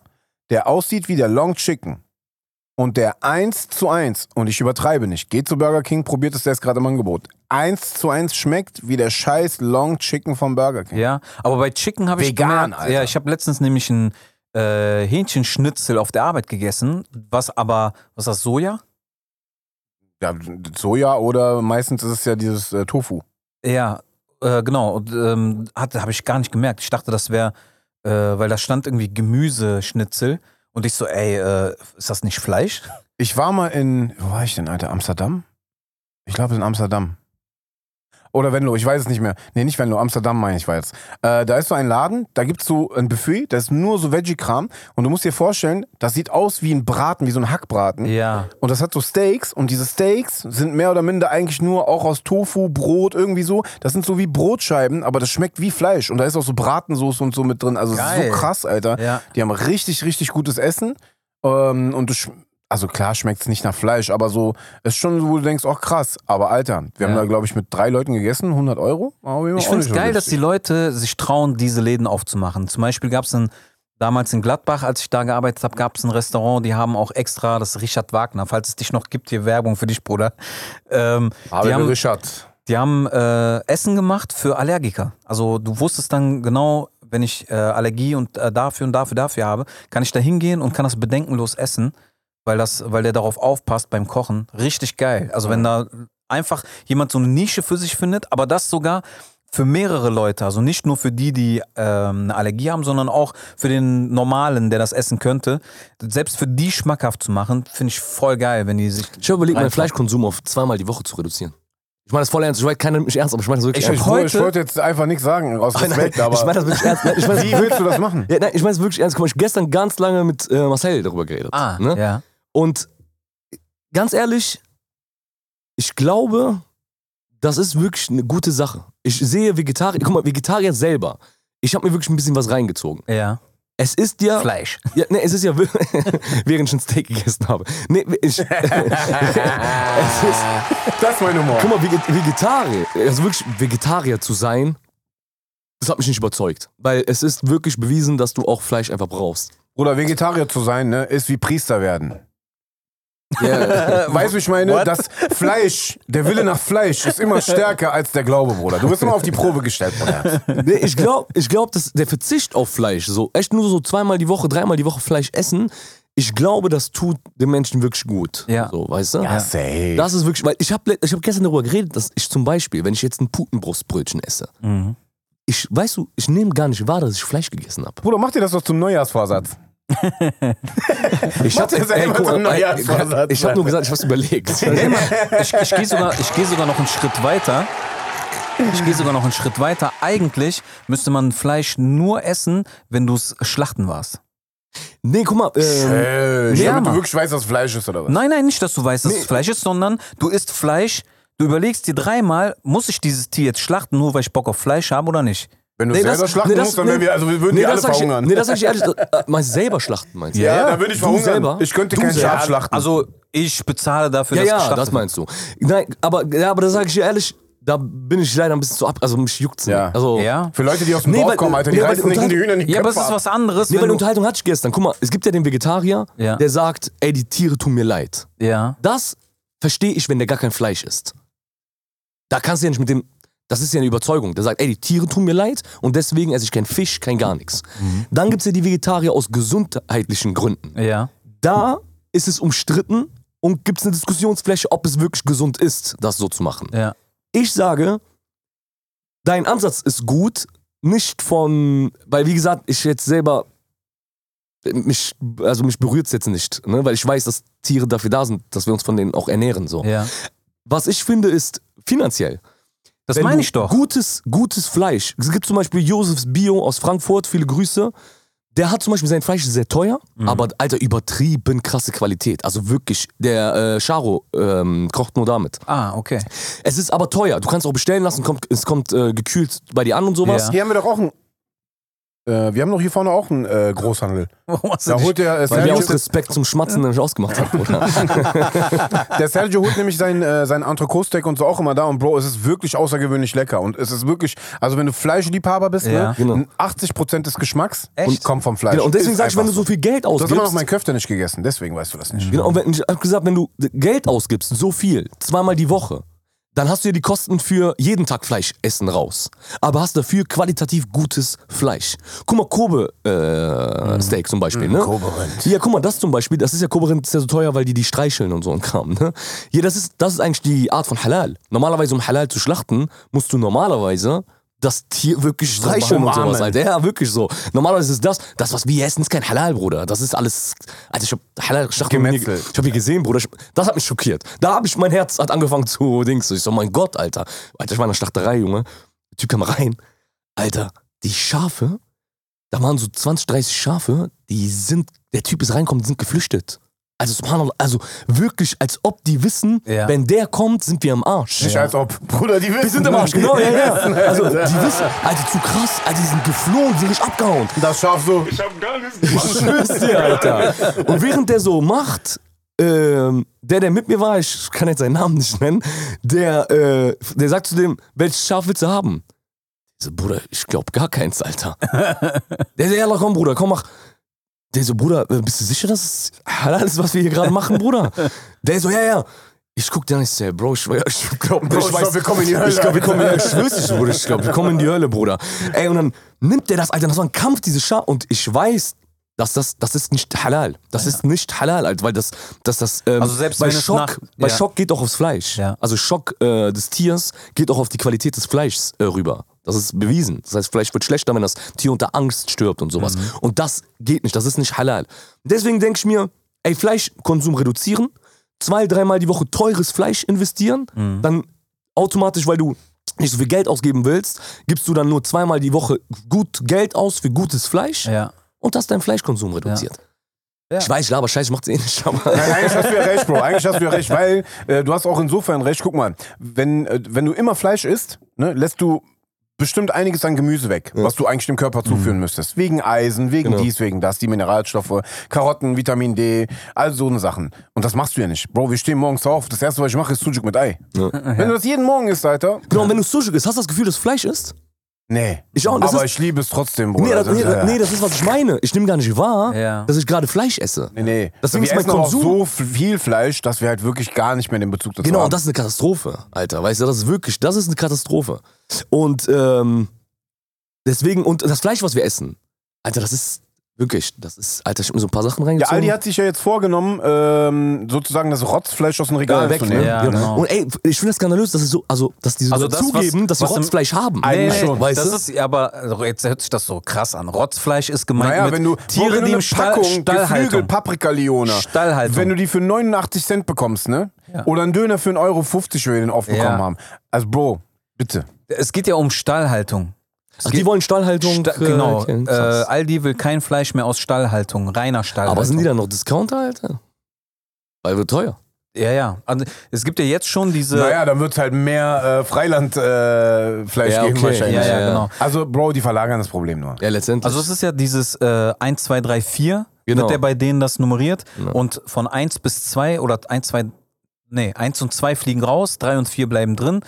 der aussieht wie der Long Chicken. Und der 1 zu 1, und ich übertreibe nicht, geht zu Burger King, probiert es, der ist gerade im Angebot. 1 zu 1 schmeckt wie der scheiß Long Chicken von Burger King.
Ja, aber bei Chicken habe ich
Vegan, Alter.
Ja, ich habe letztens nämlich ein äh, Hähnchenschnitzel auf der Arbeit gegessen, was aber, was ist das, Soja?
Ja, Soja oder meistens ist es ja dieses äh, Tofu.
Ja, äh, genau. Und ähm, habe ich gar nicht gemerkt. Ich dachte, das wäre, äh, weil da stand irgendwie Gemüseschnitzel und ich so, ey, äh, ist das nicht Fleisch?
Ich war mal in, wo war ich denn, Alter? Amsterdam? Ich glaube in Amsterdam. Oder Venlo, ich weiß es nicht mehr. Nee, nicht Venlo, Amsterdam meine ich war jetzt. Äh, da ist so ein Laden, da gibt's so ein Buffet, da ist nur so Veggie-Kram. Und du musst dir vorstellen, das sieht aus wie ein Braten, wie so ein Hackbraten.
Ja.
Und das hat so Steaks und diese Steaks sind mehr oder minder eigentlich nur auch aus Tofu, Brot, irgendwie so. Das sind so wie Brotscheiben, aber das schmeckt wie Fleisch. Und da ist auch so Bratensoße und so mit drin. Also es ist
Geil.
so krass, Alter.
Ja.
Die haben richtig, richtig gutes Essen. Ähm, und du sch also klar schmeckt es nicht nach Fleisch, aber so, ist schon so, wo du denkst, ach krass. Aber Alter, wir haben
Ja.
da, glaube ich, mit drei Leuten gegessen, 100 Euro. Aber wir haben
Ich
auch
finde es
nicht
geil, dass die
günstig.
Leute sich trauen, diese Läden aufzumachen. Zum Beispiel gab es damals in Gladbach, als ich da gearbeitet habe, gab es ein Restaurant, die haben auch extra das Richard Wagner, falls es dich noch gibt, hier Werbung für dich, Bruder. Ähm, die
Aber
haben,
Richard.
die haben äh, Essen gemacht für Allergiker. Also du wusstest dann genau, wenn ich äh, Allergie und äh, dafür und dafür, dafür habe, kann ich da hingehen und kann das bedenkenlos essen, weil, das, weil der darauf aufpasst beim Kochen. Richtig geil. Also wenn da einfach jemand so eine Nische für sich findet, aber das sogar für mehrere Leute, also nicht nur für die, die ähm, eine Allergie haben, sondern auch für den Normalen, der das essen könnte. Selbst für die schmackhaft zu machen, finde ich voll geil, wenn die sich.
Ich habe überlegt, meinen
Einfach.
Fleischkonsum auf zweimal die Woche zu reduzieren. Ich meine das voll ernst. Ich meine keiner nimmt mich ernst, aber ich meine das wirklich
Ich, ich,
ernst.
wollte-
heute-
ich wollte jetzt einfach nichts sagen, aus
Nein, nein,
Respekt, aber
ich meine das wirklich ernst. Nein, Ich meine
wie willst du das machen?
ja, nein, ich meine es wirklich ernst. Guck mal, ich habe gestern ganz lange mit äh, Marcel darüber geredet.
Ah,
ne?
ja.
Und ganz ehrlich, ich glaube, das ist wirklich eine gute Sache. Ich sehe Vegetarier, guck mal, Vegetarier selber. Ich habe mir wirklich ein bisschen was reingezogen.
Ja.
Es ist ja.
Fleisch.
ja nee, es ist ja. wir- während ich ein Steak gegessen habe. Nee, ich, es ist.
Das ist mein Humor.
Guck mal, Vege- Vegetarier, also wirklich Vegetarier zu sein, das hat mich nicht überzeugt. Weil es ist wirklich bewiesen, dass du auch Fleisch einfach brauchst.
Bruder, Vegetarier zu sein, ne, ist wie Priester werden.
Yeah.
Weißt du, ich meine,
What?
das Fleisch, der Wille nach Fleisch ist immer stärker als der Glaube, Bruder. Du wirst immer auf die Probe gestellt, Bruder.
Nee, ich glaube, ich glaub, dass der Verzicht auf Fleisch, so echt nur so zweimal die Woche, dreimal die Woche Fleisch essen, ich glaube, das tut den Menschen wirklich gut.
Ja.
So, weißt du?
Safe.
Das ist wirklich, weil ich habe ich hab gestern darüber geredet, dass ich zum Beispiel, wenn ich jetzt ein Putenbrustbrötchen esse,
Mhm.
ich, weißt du, ich nehme gar nicht wahr, dass ich Fleisch gegessen habe.
Bruder, mach dir das doch zum Neujahrsvorsatz.
Ich
Mach dir selber so einen Neujahrsvorsatz,
ich habe nur gesagt, ich hab's überlegt.
Ich, ich gehe sogar, ich geh sogar noch einen Schritt weiter. Ich gehe sogar noch einen Schritt weiter. Eigentlich müsste man Fleisch nur essen, wenn du es schlachten warst.
Nee, guck mal, ähm,
Äh,
Ja,
damit du
Mann.
wirklich weißt, dass Fleisch ist, oder was?
Nein, nein, nicht, dass du weißt, dass es Fleisch ist, sondern du isst Fleisch, du überlegst dir dreimal, muss ich dieses Tier jetzt schlachten, nur weil ich Bock auf Fleisch habe oder nicht?
Wenn du
nee,
selber
das,
schlachten
nee, das,
musst, dann wären
nee,
wir, also wir würden
nee,
die alle
das sag ich-
verhungern.
Nee, das sag ich ehrlich, äh, meinst du selber schlachten, meinst du?
ja, ja, da würde ich
Du
verhungern.
selber?
Ich könnte kein
selber?
Schaf schlachten.
Also ich bezahle dafür,
Ja,
dass
ja,
geschlachtet
das meinst du. Nein, aber, ja, aber da sage ich dir ehrlich, da bin ich leider ein bisschen zu ab, also mich juckt's nicht.
Ja.
Also,
Ja.
Für Leute, die aus dem
Nee,
Dorf
weil-
kommen, Alter, die
nee, weil
reißen
die
nicht die
Unterhal-
Hühner in die
wird. Ja, aber es
Köpfe
ist
ab.
was anderes.
Nee, weil
wenn
die
du-
Unterhaltung hatte ich gestern. Guck mal, es gibt ja den Vegetarier,
Ja.
der sagt, ey, die Tiere tun mir leid.
ja.
Das verstehe ich, wenn der gar kein Fleisch isst. Da kannst du ja nicht mit dem. Das ist ja eine Überzeugung. Der sagt, ey, die Tiere tun mir leid und deswegen esse ich kein Fisch, kein gar nichts.
Mhm.
Dann gibt es ja die Vegetarier aus gesundheitlichen Gründen.
Ja.
Da ist es umstritten und gibt es eine Diskussionsfläche, ob es wirklich gesund ist, das so zu machen.
Ja.
Ich sage, dein Ansatz ist gut, nicht von, weil wie gesagt, ich jetzt selber, mich, also mich berührt es jetzt nicht, ne? weil ich weiß, dass Tiere dafür da sind, dass wir uns von denen auch ernähren. So.
ja.
Was ich finde, ist finanziell.
Das
Wenn
meine
du
ich doch.
Gutes, gutes Fleisch. Es gibt zum Beispiel Josefs Bio aus Frankfurt, viele Grüße. Der hat zum Beispiel sein Fleisch ist sehr teuer,
Mhm.
aber alter, übertrieben krasse Qualität. Also wirklich, der äh, Charo ähm, kocht nur damit.
Ah, okay.
Es ist aber teuer. Du kannst auch bestellen lassen, kommt, es kommt äh, gekühlt bei dir an und sowas.
Ja.
Hier haben wir doch auch einen Äh, wir haben doch hier vorne auch einen äh, Großhandel.
Was
Da
denn?
holt der, äh,
Weil wir
Sergio,
aus Respekt zum Schmatzen nämlich ausgemacht haben, Bruder.
der Sergio holt nämlich seinen, äh, seinen Entrecot-Steak und so auch immer da. Und Bro, es ist wirklich außergewöhnlich lecker. Und es ist wirklich, also wenn du Fleischliebhaber bist,
Ja.
ne,
Genau.
80% des Geschmacks
Echt?
und kommt vom Fleisch.
Genau, und deswegen
Ist
sag ich,
einfach
wenn du so viel Geld
Du hast immer noch
ausgibst.
meinen Köfte nicht gegessen, deswegen weißt du das nicht.
Genau, und wenn, ich hab gesagt, wenn du Geld ausgibst, so viel, zweimal die Woche, dann hast du ja die Kosten für jeden Tag Fleischessen raus. Aber hast dafür qualitativ gutes Fleisch. Guck mal, Kobe-Steak zum Beispiel, ne?
Kobe-Rind.
Ja, guck mal, das zum Beispiel, das ist ja Kobe-Rind, ist ja so teuer, weil die die streicheln und so und Kram, ne? Ja, das ist, das ist eigentlich die Art von Halal. Normalerweise, um Halal zu schlachten, musst du normalerweise das Tier wirklich streicheln und
umarmen.
sowas, Alter. Ja, wirklich so. Normalerweise ist das, das, was wir hier essen, ist kein Halal, Bruder. Das ist alles, also ich hab Halal, Schlacht
Gemetzelt.
ich habe hier gesehen, Bruder, ich, das hat mich schockiert. Da habe ich, mein Herz hat angefangen zu Dings. Ich so, mein Gott, Alter. Alter, ich war in der Schlachterei, Junge. Der Typ kam rein. Alter, die Schafe, da waren so 20, 30 Schafe, die sind, der Typ ist reinkommt, die sind geflüchtet. Also, subhanallah, also wirklich, als ob die wissen,
Ja.
wenn der kommt, sind wir am Arsch.
Nicht als ob, Bruder, die wissen.
Wir sind am Arsch, genau, ja, ja. Also, die wissen, Alter, zu krass, Alter, die sind geflohen, die sind richtig abgehauen.
Das Schaf so.
Ich hab gar nichts
Ich
gemacht.
schwör's dir, Alter. Und während der so macht, ähm, der, der mit mir war, ich kann jetzt seinen Namen nicht nennen, der, äh, der sagt zu dem, welches Schaf willst du haben? Ich so, Bruder, ich glaub gar keins, Alter. der so, ja, komm, Bruder, komm, mach. Der so, Bruder, äh, bist du sicher, dass es halal ist, was wir hier gerade machen, Bruder? Der so, ja, ja. Ich guck dir an, ich so, ey, Bro, ich, schwör, ich glaube,
Bro, ich glaub, Oh, wir kommen in die Hölle,
Ich glaube, wir kommen in die Hölle. Ich schwör's dich, Bruder. Ich glaube, wir kommen in die Hölle, Bruder. Ey, und dann nimmt der das, Alter. Das war ein Kampf, diese Schar. Und ich weiß, dass das, das ist nicht halal. Das ist nicht halal, Alter, weil das, dass das, ähm,
Also selbst
bei
wenn es
Schock,
nach-
bei
ja.
Schock geht auch aufs Fleisch.
Ja.
Also Schock äh, des Tiers geht auch auf die Qualität des Fleisches äh, rüber. Das ist bewiesen. Das heißt, Fleisch wird schlechter, wenn das Tier unter Angst stirbt und
Mhm.
sowas. Und das geht nicht. Das ist nicht halal. Deswegen denke ich mir, ey, Fleischkonsum reduzieren, zwei, dreimal die Woche teures Fleisch investieren,
Mhm.
dann automatisch, weil du nicht so viel Geld ausgeben willst, gibst du dann nur zweimal die Woche gut Geld aus für gutes Fleisch
Ja.
und hast deinen Fleischkonsum reduziert.
Ja.
Ich weiß, ich laber scheiße, ich mach's eh nicht, aber
Nein, eigentlich hast du ja recht, Bro. Eigentlich hast du ja recht, weil äh, du hast auch insofern recht. Guck mal, wenn, äh, wenn du immer Fleisch isst, ne, lässt du bestimmt einiges an Gemüse weg, was du eigentlich dem Körper zuführen müsstest. Wegen Eisen, wegen
Mhm. Genau.
dies, wegen das, die Mineralstoffe, Karotten, Vitamin D, all so ne Sachen. Und das machst du ja nicht. Bro, wir stehen morgens auf. Das erste, was ich mache, ist Sujuk mit Ei. Wenn du das jeden Morgen isst, Alter.
Genau, und wenn du Sushi isst, hast du das Gefühl, dass Fleisch ist?
Nee.
Ich auch, das
Aber
ist-
ich liebe es trotzdem, Bruder.
Nee, das,
Das
nee,
ist,
das,
äh,
nee, das ist, was ich meine. Ich nehme gar nicht wahr,
Ja.
dass ich gerade Fleisch esse.
Nee, nee.
Deswegen
wir
ist mein
essen aber auch
Konsum-
so viel Fleisch, dass wir halt wirklich gar nicht mehr den Bezug dazu
Genau,
haben.
und das ist eine Katastrophe, Alter. Weißt du, das ist wirklich, das ist eine Katastrophe. Und ähm, deswegen, und das Fleisch, was wir essen, Alter, das ist wirklich, das ist, Alter, ich hab mir so ein paar Sachen
Ja,
reingezogen.
Aldi hat sich ja jetzt vorgenommen, ähm, sozusagen das Rotzfleisch aus dem Regal
weg,
zu
ne?
nehmen.
Ja, genau.
Und ey, ich finde das skandalös, dass sie so, also, dass die so
Also
also
das,
zugeben,
was-
dass sie
was im-
Rotzfleisch haben.
Eigentlich schon.
Weißt
das
du?
ist aber also jetzt hört sich das so krass an. Rotzfleisch ist gemeint
Naja,
mit
wenn du Bro,
Tiere,
wenn du
die im
eine
Stall,
Packung Geflügel,
Stallhaltung.
Paprikalione,
Stallhaltung.
wenn du die für 89 Cent bekommst, ne?
Ja.
Oder einen Döner für 1,50 Euro, wenn wir den aufbekommen
Ja.
haben. Also Bro, bitte.
Es geht ja um Stallhaltung.
Ach, die wollen Stallhaltung.
Sta
äh,
genau.
okay,
Äh,
krass.
Aldi will kein Fleisch mehr aus Stallhaltung, reiner Stallhaltung.
aber sind die dann noch Discounter, Alter? Weil wird teuer.
Ja, ja. Also, es gibt ja jetzt schon diese.
Naja, dann wird's halt mehr äh, Freilandfleisch äh, Fleisch
Ja,
geben
okay.
wahrscheinlich.
ja, ja,
ja.
genau.
Also Bro, die verlagern das Problem nur.
Ja, letztendlich.
Also es ist ja dieses äh, 1, 2, 3, 4,
Genau.
wird ja bei denen das nummeriert.
Genau.
Und von 1 bis 2 oder 1, 2, nee, 1 und 2 fliegen raus, 3 und 4 bleiben drin.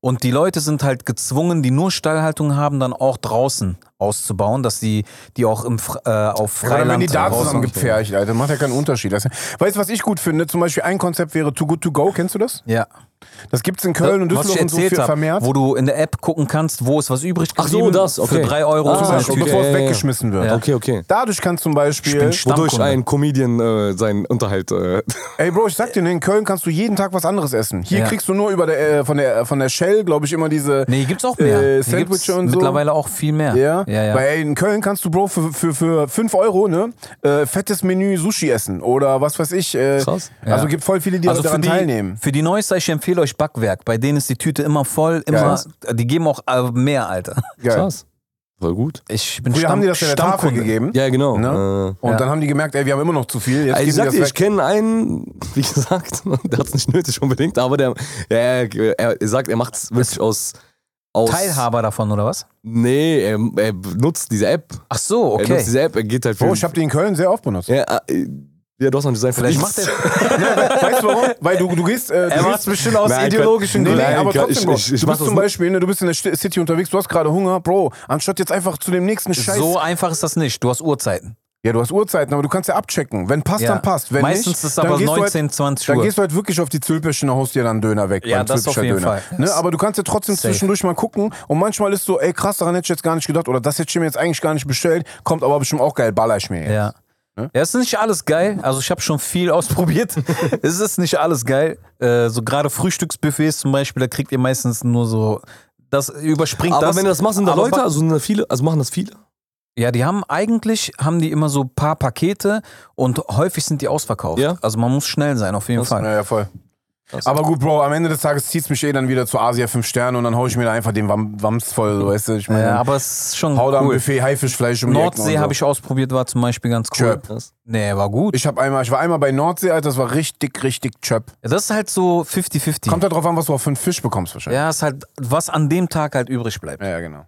Und die Leute sind halt gezwungen, die nur Stallhaltung haben, dann auch draußen auszubauen, dass die, die auch im, Fr- äh, auf
Ja, Oder
Freiland
wenn die da
draußen-
zusammengepfercht, Alter, macht ja keinen Unterschied. Das- Weißt du, was ich gut finde? Zum Beispiel ein Konzept wäre Too Good To Go, kennst du das?
Ja.
Das gibt's in Köln und
Äh, Was ich
Düsseldorf und so
erzählt
viel
hab,
vermehrt.
Wo du in der App gucken kannst, wo ist was übrig
Ach so,
geblieben.
das, okay.
Für 3 Euro.
Ah,
ist
Zum
eine
Beispiel,
okay.
Tüte.
bevor
Ja,
es
ja, ja.
weggeschmissen wird.
Okay, okay.
Dadurch kann zum
Ich
Beispiel.
bin Stammkunde.
Wodurch ein Comedian äh, seinen Unterhalt. Äh,
Ey Bro, ich sag dir, in Köln kannst du jeden Tag was anderes essen. Hier
Ja.
kriegst du nur über der, äh, von, der, von der Shell, glaube ich, immer diese.
Nee, gibt's auch mehr.
Äh,
Hier
Sandwich
gibt's
und so.
Mittlerweile auch viel mehr.
Ja?
ja, ja.
Weil ey, in Köln kannst du, Bro, für, für, für 5 Euro, ne? Äh, fettes Menü Sushi essen oder was weiß ich. Äh,
Krass.
Also
Ja.
gibt voll viele, die daran teilnehmen.
Für die Neuster, ich empfehle euch Backwerk. Bei denen ist die Tüte immer voll, immer. Die geben auch äh, mehr, Alter.
Geil.
Krass. Voll gut.
Ich bin
Früher
Stamm,
haben die das in der Tafel
Stammkunde.
gegeben.
Ja, genau.
Ne? Und
Ja. Also
dann haben die gemerkt, ey, wir haben immer noch zu viel. Jetzt
Äh,
geben
ich
die
sag
das
dir,
weg.
ich kenne einen, wie gesagt, der hat es nicht nötig unbedingt, aber der, ja, er, er sagt, er macht es wirklich aus, aus.
Teilhaber davon oder was?
Nee, er, er nutzt diese App.
Ach so,
Er nutzt diese App, er geht halt für.
Oh, ich habe die in Köln sehr oft benutzt.
ja, äh, ja, du hast noch ein Design für
Vielleicht
dich.
macht er.
Weißt du warum? Weil du, du gehst. Äh, du
Er macht's
gehst
bestimmt aus
Nein,
ideologischen
Nee,
Gott,
nee,
Gründen.
Nein,
aber
Gott,
trotzdem,
ich-
Bro.
ich- ich
du
mach
bist
das
zum
nur-
Beispiel, ne, du bist in der Sti- City unterwegs, du hast gerade Hunger, Bro. Anstatt jetzt einfach zu dem nächsten Scheiß.
So einfach ist das nicht. Du hast Uhrzeiten.
Ja, du hast Uhrzeiten, aber du kannst ja abchecken. Wenn passt,
Ja.
dann passt. Wenn
Meistens
nicht,
ist
dann
aber
gehst du
19,
halt,
20
Dann
Uhr.
gehst du halt wirklich auf die Zülpischen und haust dir dann Döner weg.
Ja,
beim
das auf
Zülpischer
jeden
Döner.
Fall.
Ne, aber du kannst ja trotzdem
Safe.
zwischendurch mal gucken und manchmal ist so, ey krass, daran hätte ich jetzt gar nicht gedacht oder das hätte ich mir jetzt eigentlich gar nicht bestellt, kommt aber bestimmt auch geil, baller ich mir jetzt.
Ja.
Ne?
Ja, es ist nicht alles geil. Also ich habe schon viel ausprobiert. es ist nicht alles geil. Äh, so gerade Frühstücksbuffets zum Beispiel, da kriegt ihr meistens nur so, das überspringt
Aber
das.
wenn du das machst, sind da
Aber
Leute,
wa-
also, sind da viele, also machen das viele.
Ja, die haben eigentlich, haben die immer so ein paar Pakete und häufig sind die ausverkauft.
Ja.
Also man muss schnell sein, auf jeden Fall.
Ja, ja, voll. Aber gut, Bro, am Ende des Tages zieht's mich eh dann wieder zu Asia 5 Sterne und dann hau ich mir da einfach den Wam- Wams voll, weißt du? Ich meine,
Ja, aber es ist schon
hau da am
cool.
Buffet Haifischfleisch um die
Nordsee
Ecken und
habe ich ausprobiert, war zum Beispiel ganz cool.
Chirp.
Nee, war gut.
Ich hab einmal, ich war einmal bei Nordsee, Alter, das war richtig, richtig chöp.
das ist halt so 50-50.
Kommt halt drauf an, was du auf für einen Fisch bekommst wahrscheinlich.
Ja, ist halt, was an dem Tag halt übrig bleibt.
Ja, ja genau.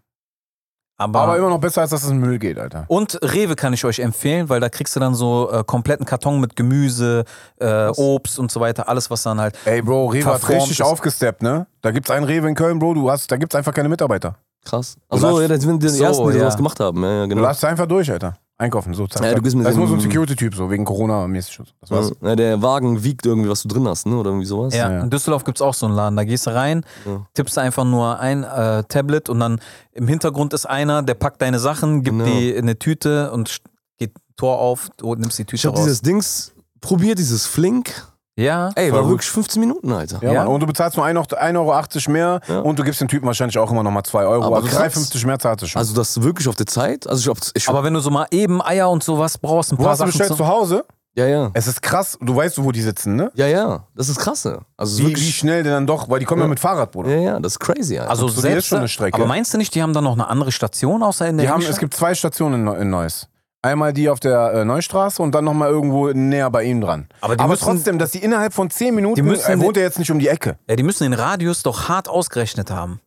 Aber,
Aber immer noch besser, als dass es in den Müll geht, Alter.
und Rewe kann ich euch empfehlen, weil da kriegst du dann so äh, kompletten Karton mit Gemüse, äh, Obst und so weiter, alles was dann halt.
Ey, Bro, Rewe hat
Verformt
richtig
ist-
aufgesteppt, ne? Da gibt's einen Rewe in Köln, Bro, du hast, da gibt's einfach keine Mitarbeiter.
Krass. Also
hast-
ja, das sind die
So,
ersten, die
ja.
sowas gemacht haben. Ja, ja,
Du
genau.
lass es einfach durch, Alter. Einkaufen, so. Zack,
Ja,
zack.
du gehst mit
das ist nur so ein
dem-
Security-Typ, so, wegen Corona-mäßig. und so. Das war's.
Ja, der Wagen wiegt irgendwie, was du drin hast, ne? Oder irgendwie sowas.
Ja,
ja.
in Düsseldorf gibt's auch so einen Laden. Da gehst du rein, tippst einfach nur ein äh, Tablet und dann im Hintergrund ist einer, der packt deine Sachen, gibt
Genau.
die in eine Tüte und sch- geht Tor auf, du nimmst die
Ich
Tüte
habe
raus.
dieses Dings probiert, dieses Flink.
ja,
Ey,
Voll
war
gut.
wirklich 15 Minuten, Alter.
Ja,
Ja.
Mann. Und du bezahlst nur 1,80 Euro mehr und du gibst dem Typen wahrscheinlich auch immer nochmal 2 Euro.
Aber
Also
krass.
3,50 mehr zahlst du schon.
Also das wirklich auf der Zeit. Also ich hab, ich
aber wenn du so mal eben Eier und sowas brauchst, ein
Wo
paar
hast du
Sachen
bestellt? Zu Hause?
ja, ja.
Es ist krass, du weißt, wo die sitzen, ne?
Ja, ja. Das ist krasse. Also es ist
Wie, wie
wirklich.
schnell denn dann doch, weil die kommen ja, mit Fahrrad, Bruder.
Ja, ja, das ist crazy, Alter.
Also
Absolut,
selbst,
ist schon eine Strecke.
Aber meinst du nicht, die haben dann noch eine andere Station außer in der
Die haben,
Innenstadt?
es gibt zwei Stationen in Neu- in Neuss. Einmal die auf der äh, Neustraße und dann nochmal irgendwo näher bei ihm dran.
Aber die müssen-
trotzdem, dass die innerhalb von 10 Minuten,
Die müssen-
er wohnt ja jetzt nicht um die Ecke.
ja, die müssen den Radius doch hart ausgerechnet haben.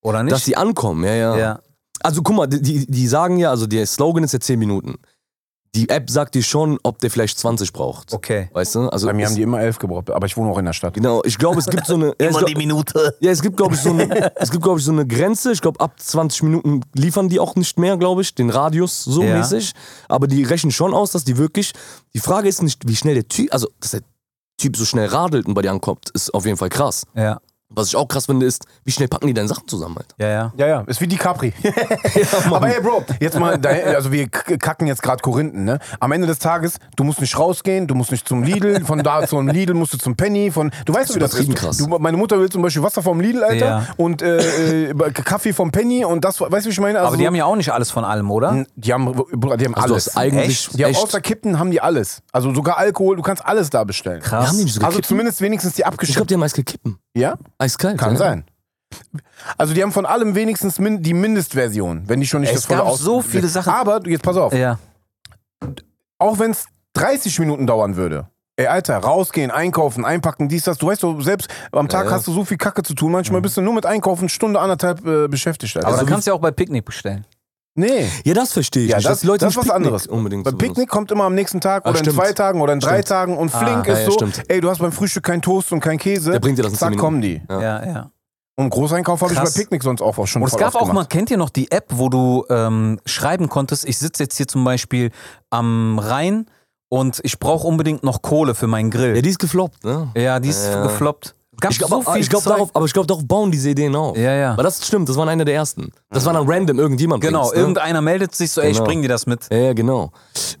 Oder nicht?
dass die ankommen, ja, ja.
ja.
Also guck mal, die- die, die sagen ja, also der Slogan ist ja 10 Minuten. Die App sagt dir schon, ob der vielleicht 20 braucht.
Okay.
Weißt du? Also
Bei mir
es-
haben die immer 11 gebraucht, aber ich wohne auch in der Stadt.
Genau, ich glaube, es gibt so eine.
Also-
ja, ich glaub,
Minute.
ja, es gibt, glaube ich, so eine, es gibt, glaube ich, so eine Grenze. Ich glaube, ab 20 Minuten liefern die auch nicht mehr, glaube ich, den Radius so
Ja.
mäßig. Aber die rechnen schon aus, dass die wirklich. Die Frage ist nicht, wie schnell der Typ, also dass der Typ so schnell radelt und bei dir ankommt, ist auf jeden Fall krass.
Ja,
Was ich auch krass finde, ist, wie schnell packen die deine Sachen zusammen, Alter.
ja, ja.
Ja, ja, ist wie die Capri. aber hey, Bro, jetzt mal, dahin, also wir k- kacken jetzt gerade Korinthen, ne? Am Ende des Tages, du musst nicht rausgehen, du musst nicht zum Lidl, von da zum Lidl musst du zum Penny, von, du weißt, wie das ist.
übertrieben krass.
Du, meine Mutter will zum Beispiel Wasser vom Lidl, Alter,
Ja.
und äh, äh, Kaffee vom Penny und das, weißt du, wie ich meine? Also
Aber die haben ja auch nicht alles von allem, oder?
die haben, Bruder, die haben
Also
alles.
du hast eigentlich
Echt?
Die haben
echt-
außer Kippen haben die alles. Also sogar Alkohol, du kannst alles da bestellen.
Krass.
haben die nicht sogar
Also
Kippen?
zumindest wenigstens die
Ich glaube,
abgeschrieben.
die haben Eiskalt kippen.
Ja,
Eiskalt.
kann
ja.
sein. Also die haben von allem wenigstens min die Mindestversion, wenn die schon nicht
Es
das volle
gab
aus-
so viele Sachen.
Aber jetzt pass auf,
Ja.
auch wenn es 30 Minuten dauern würde. Ey, Alter, rausgehen, einkaufen, einpacken, dies, das. Du weißt doch, selbst am Tag
ja. Mhm.
hast du so viel Kacke zu tun. Manchmal bist du nur mit Einkaufen Stunde, anderthalb äh, beschäftigt. Alter.
Aber
Also
dann kannst du ja auch bei Picknick bestellen.
wie- nee.
Ja, das verstehe ich.
Ja,
nicht,
das-
dass die Leute
das ist
nicht
was
Picknick
anderes.
Unbedingt
Bei
so benutzen.
Picknick kommt immer am nächsten Tag
Ah,
oder
stimmt.
in zwei Tagen oder in drei
Stimmt. Ah,
Tagen und flink
ja,
ist
ja,
so,
stimmt.
ey, du hast beim Frühstück keinen Toast und keinen Käse.
Der bringt dir das in
Zack,
10
kommen die.
Ja.
Ja, ja.
Und Großeinkauf habe ich bei
Krass.
Picknick sonst auch schon
Und es
voll
gab
oft
auch mal,
gemacht.
kennt ihr noch die App, wo du ähm, schreiben konntest, ich sitze jetzt hier zum Beispiel am Rhein und ich brauche unbedingt noch Kohle für meinen
Ja,
Grill.
die ist gefloppt, ne?
Ja, die ist
Ja.
gefloppt. Gab
Ich glaube, ich glaub,
Zeug.
darauf, aber ich glaube, darauf bauen diese Ideen auf.
Ja, ja.
Aber das stimmt, das waren einer der ersten. Das war dann random, irgendjemand.
Genau,
bringt's, ne?
irgendeiner meldet sich so, ey, ich
Genau.
bring dir das mit.
Ja, ja, genau.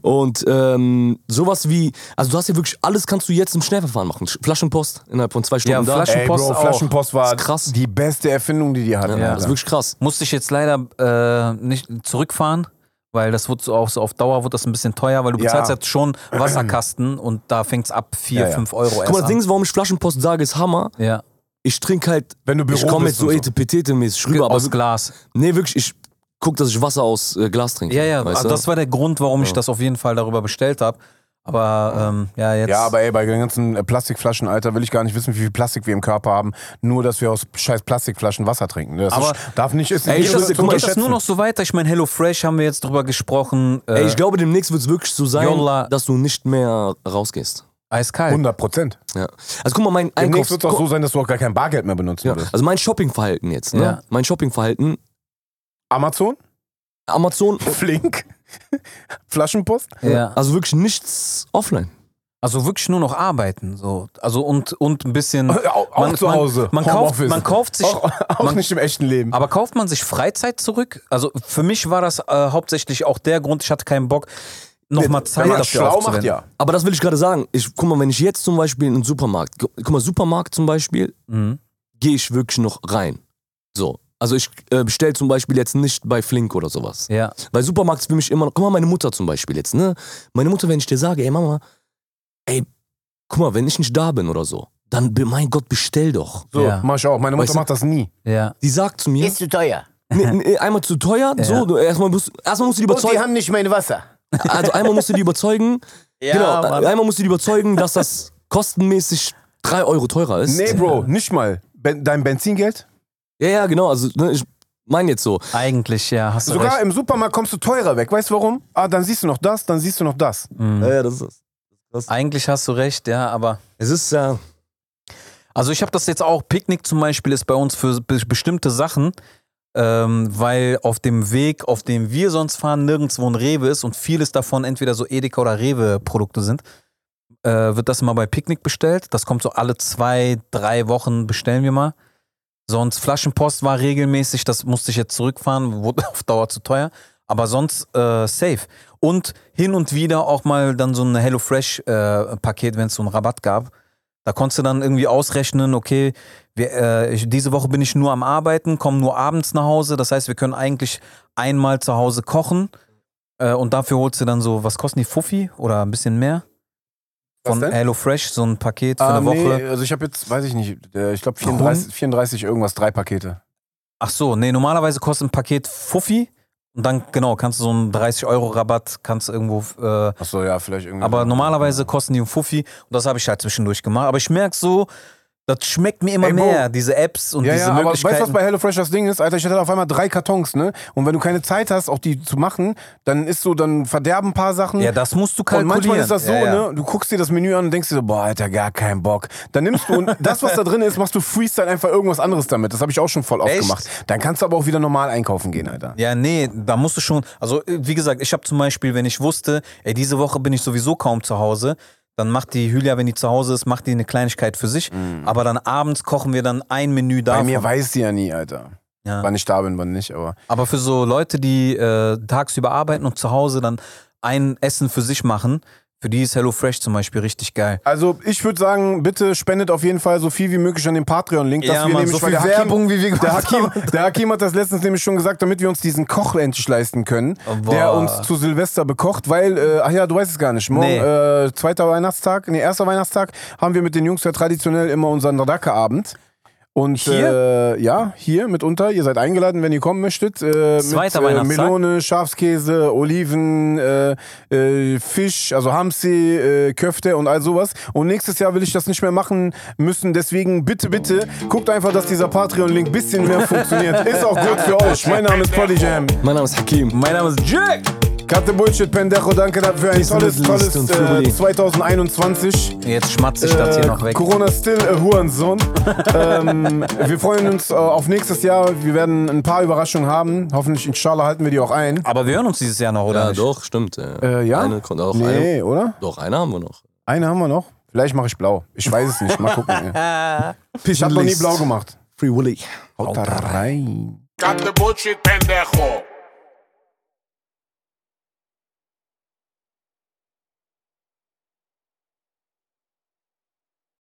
Und ähm, sowas wie, also du hast ja wirklich, alles kannst du jetzt im Schnellverfahren machen. Sch- Flaschenpost innerhalb von zwei Stunden da.
Flaschen-
Ey, Bro,
Flaschenpost auch.
Flaschenpost war
Ist krass.
die beste Erfindung, die die hatten.
Ja,
Alter.
das ist wirklich krass.
Musste ich jetzt leider äh, nicht zurückfahren, weil das wurde so auf, so auf Dauer wurde das ein bisschen teuer, weil du
Ja.
bezahlst jetzt schon Wasserkasten und da fängt es ab 4,
Ja, ja.
5 Euro
Guck mal,
erst
das
an.
Ding ist, warum ich Flaschenpost sage, ist Hammer.
Ja,
Ich trinke halt,
Wenn du Büro
ich komme
bist
jetzt so
und so.
etepetete-mäßig rüber, aber
aus Glas.
nee, wirklich, ich guck, dass ich Wasser aus äh, Glas trinke.
Ja, ja,
weißt
also
du?
das war der Grund, warum ich das auf jeden Fall darüber bestellt habe. Aber ähm, ja, jetzt.
Ja, aber ey, bei den ganzen äh, Plastikflaschen, Alter, will ich gar nicht wissen, wie viel Plastik wir im Körper haben. Nur, dass wir aus scheiß Plastikflaschen Wasser trinken. ne? Das
Aber-
ist, darf nicht, ist
Ey,
nicht
ich
Geht das,
würde- guck mal,
geht das nur noch so weiter? Ich meine, Hello Fresh haben wir jetzt drüber gesprochen. Äh,
Ey, ich glaube, demnächst wird es wirklich so sein,
Yolla.
dass du nicht mehr rausgehst.
eiskalt.
100 Prozent.
Ja. Also guck mal, mein
Demnächst wird es auch
Einkaufs...
so sein, dass du auch gar kein Bargeld mehr benutzen
Ja,
würdest.
also mein Shoppingverhalten jetzt, ne?
Ja.
Mein Shoppingverhalten,
Amazon,
Amazon,
Flink, Flaschenpost.
ja.
also wirklich nichts offline.
Also wirklich nur noch arbeiten. So. Also und, und ein bisschen.
Auch, auch zu Hause.
Man, man, kauft,
Homeoffice.
man kauft sich.
Auch, auch
man,
nicht im echten Leben.
aber kauft man sich Freizeit zurück? Also für mich war das äh, hauptsächlich auch der Grund, ich hatte keinen Bock, nochmal Zeit
Wenn man
dafür
schlau macht,
aufzuwenden.
ja.
Aber das will ich gerade sagen. Ich, guck mal, wenn ich jetzt zum Beispiel in den Supermarkt, gu- guck mal, Supermarkt zum Beispiel,
Mhm.
gehe ich wirklich noch rein. So. Also ich äh, bestell zum Beispiel jetzt nicht bei Flink oder sowas.
Ja.
Weil Supermarkt ist für mich immer noch. Guck mal, meine Mutter zum Beispiel jetzt, ne? Meine Mutter, wenn ich dir sage, ey Mama, ey, guck mal, wenn ich nicht da bin oder so, dann be- mein Gott, bestell doch.
So,
Ja.
mach ich auch. Meine Mutter
Weißt du-
macht das nie.
Ja.
Die sagt zu mir.
Ist zu teuer.
Nee, nee, einmal zu teuer, so, du, erstmal musst, erstmal musst du die
Und die
überzeugen.
haben nicht mein Wasser.
Also einmal musst du die überzeugen, genau, einmal musst du die überzeugen, dass das kostenmäßig 3 Euro teurer ist.
Nee, Bro, nicht mal. Ben, dein Benzingeld?
Ja, ja, genau, also ne, ich meine jetzt so.
Eigentlich, ja, hast du
Sogar
recht.
im Supermarkt kommst du teurer weg. Weißt du warum? Ah, dann siehst du noch das, dann siehst du noch das.
Mhm.
Ja, ja, das ist es.
Eigentlich hast du recht, ja, aber.
Es ist äh, ja.
Also ich habe das jetzt auch, Picknick zum Beispiel ist bei uns für be bestimmte Sachen, ähm, weil auf dem Weg, auf dem wir sonst fahren, nirgendwo ein Rewe ist und vieles davon entweder so Edeka oder Rewe-Produkte sind, äh, wird das immer bei Picknick bestellt. Das kommt so alle zwei, drei Wochen bestellen wir mal. Sonst Flaschenpost war regelmäßig, das musste ich jetzt zurückfahren, wurde auf Dauer zu teuer. Aber sonst äh, safe. Und hin und wieder auch mal dann so ein HelloFresh-Paket, wenn es so einen Rabatt gab. Da konntest du dann irgendwie ausrechnen, okay, wir, äh, ich, diese Woche bin ich nur am Arbeiten, komme nur abends nach Hause. Das heißt, wir können eigentlich einmal zu Hause kochen äh, und dafür holst du dann so, was kosten die Fuffi oder ein bisschen mehr?
Was
Von
denn?
HelloFresh, so ein Paket für eine
nee,
Woche.
also ich habe jetzt, weiß ich nicht, äh, ich glaube
Warum?
34, 34 irgendwas, drei Pakete.
Ach so, nee, normalerweise kostet ein Paket Fuffi und dann, genau, kannst du so einen 30-Euro-Rabatt, kannst du irgendwo. Äh,
Achso, ja, vielleicht irgendwie.
aber normalerweise kosten die einen Fuffi und das habe ich halt zwischendurch gemacht. Aber ich merke so, das schmeckt mir immer
Ey, Bro.
mehr, diese Apps und
Ja,
diese
ja, aber weißt
Möglichkeiten.
du, was bei HelloFresh das Ding ist? Alter, ich hatte auf einmal drei Kartons, ne? Und wenn du keine Zeit hast, auch die zu machen, dann ist so, dann verderben ein paar Sachen.
ja, das musst du
Hm. Und
kalkulieren.
manchmal ist das so,
ja, ja.
ne? Du guckst dir das Menü an und denkst dir so, boah, Alter, gar keinen Bock. Dann nimmst du und das, was da drin ist, machst du Freestyle einfach irgendwas anderes damit. Das habe ich auch schon voll oft
Echt?
gemacht. Dann kannst du aber auch wieder normal einkaufen gehen, Alter.
Ja, nee, da musst du schon. Also, äh, wie gesagt, ich habe zum Beispiel, wenn ich wusste, ey, diese Woche bin ich sowieso kaum zu Hause, dann macht die Julia, wenn die zu Hause ist, macht die eine Kleinigkeit für sich. Aber dann abends kochen wir dann ein Menü
Mhm. Bei
davon.
mir weiß die ja nie, Alter.
Ja.
Wann ich da bin, wann nicht, aber.
Aber für so Leute, die äh, tagsüber arbeiten und zu Hause dann ein Essen für sich machen, für die ist HelloFresh zum Beispiel richtig geil.
Also ich würde sagen, bitte spendet auf jeden Fall so viel wie möglich an den Patreon-Link, dass
Ja,
wir
Mann,
nämlich
so
weil der
viel
Hakim-
Werbung, wie wir
der
gemacht
Hakim, der Hakim hat das letztens nämlich schon gesagt, damit wir uns diesen Koch endlich leisten können, der
Oh, boah.
uns zu Silvester bekocht, weil, äh, ach ja, du weißt es gar nicht, morgen,
Nee.
äh, zweiter Weihnachtstag, nee, erster Weihnachtstag, haben wir mit den Jungs ja traditionell immer unseren Radaka-Abend. Und
Hier?
Äh, ja, hier mitunter. Ihr seid eingeladen, wenn ihr kommen möchtet. Äh,
Zweiter
mit, äh,
Weihnachtstag.
Melone, Schafskäse, Oliven, äh, äh, Fisch, also Hamsi, äh, Köfte und all sowas. Und nächstes Jahr will ich das nicht mehr machen müssen. Deswegen bitte, bitte, guckt einfach, dass dieser Patreon-Link ein bisschen mehr funktioniert. Ist auch gut für euch. Mein Name ist Polly Jam.
Mein Name ist Hakim.
Mein Name ist Jack!
Katte Bullshit, Pendejo, danke dafür ein
Peace and
tolles,
Middle East
tolles
und
äh,
Flubberli.
2021.
Jetzt schmatze ich
Äh,
das hier noch weg.
Corona still a Hurensohn. ähm, wir freuen uns äh, auf nächstes Jahr. Wir werden ein paar Überraschungen haben. Hoffentlich, inshallah, halten wir die auch ein.
Aber wir hören uns dieses Jahr noch, oder?
Ja,
nicht?
doch, stimmt. Äh,
Äh, ja?
Eine konnte auch. Eine,
Nee, oder?
doch, eine haben wir noch.
Eine haben wir noch. Vielleicht mache ich blau. Ich weiß es nicht. Mal gucken. ey. Ich habe noch nie blau gemacht.
Free Willy.
Haut da rein.
Cut the bullshit, pendejo.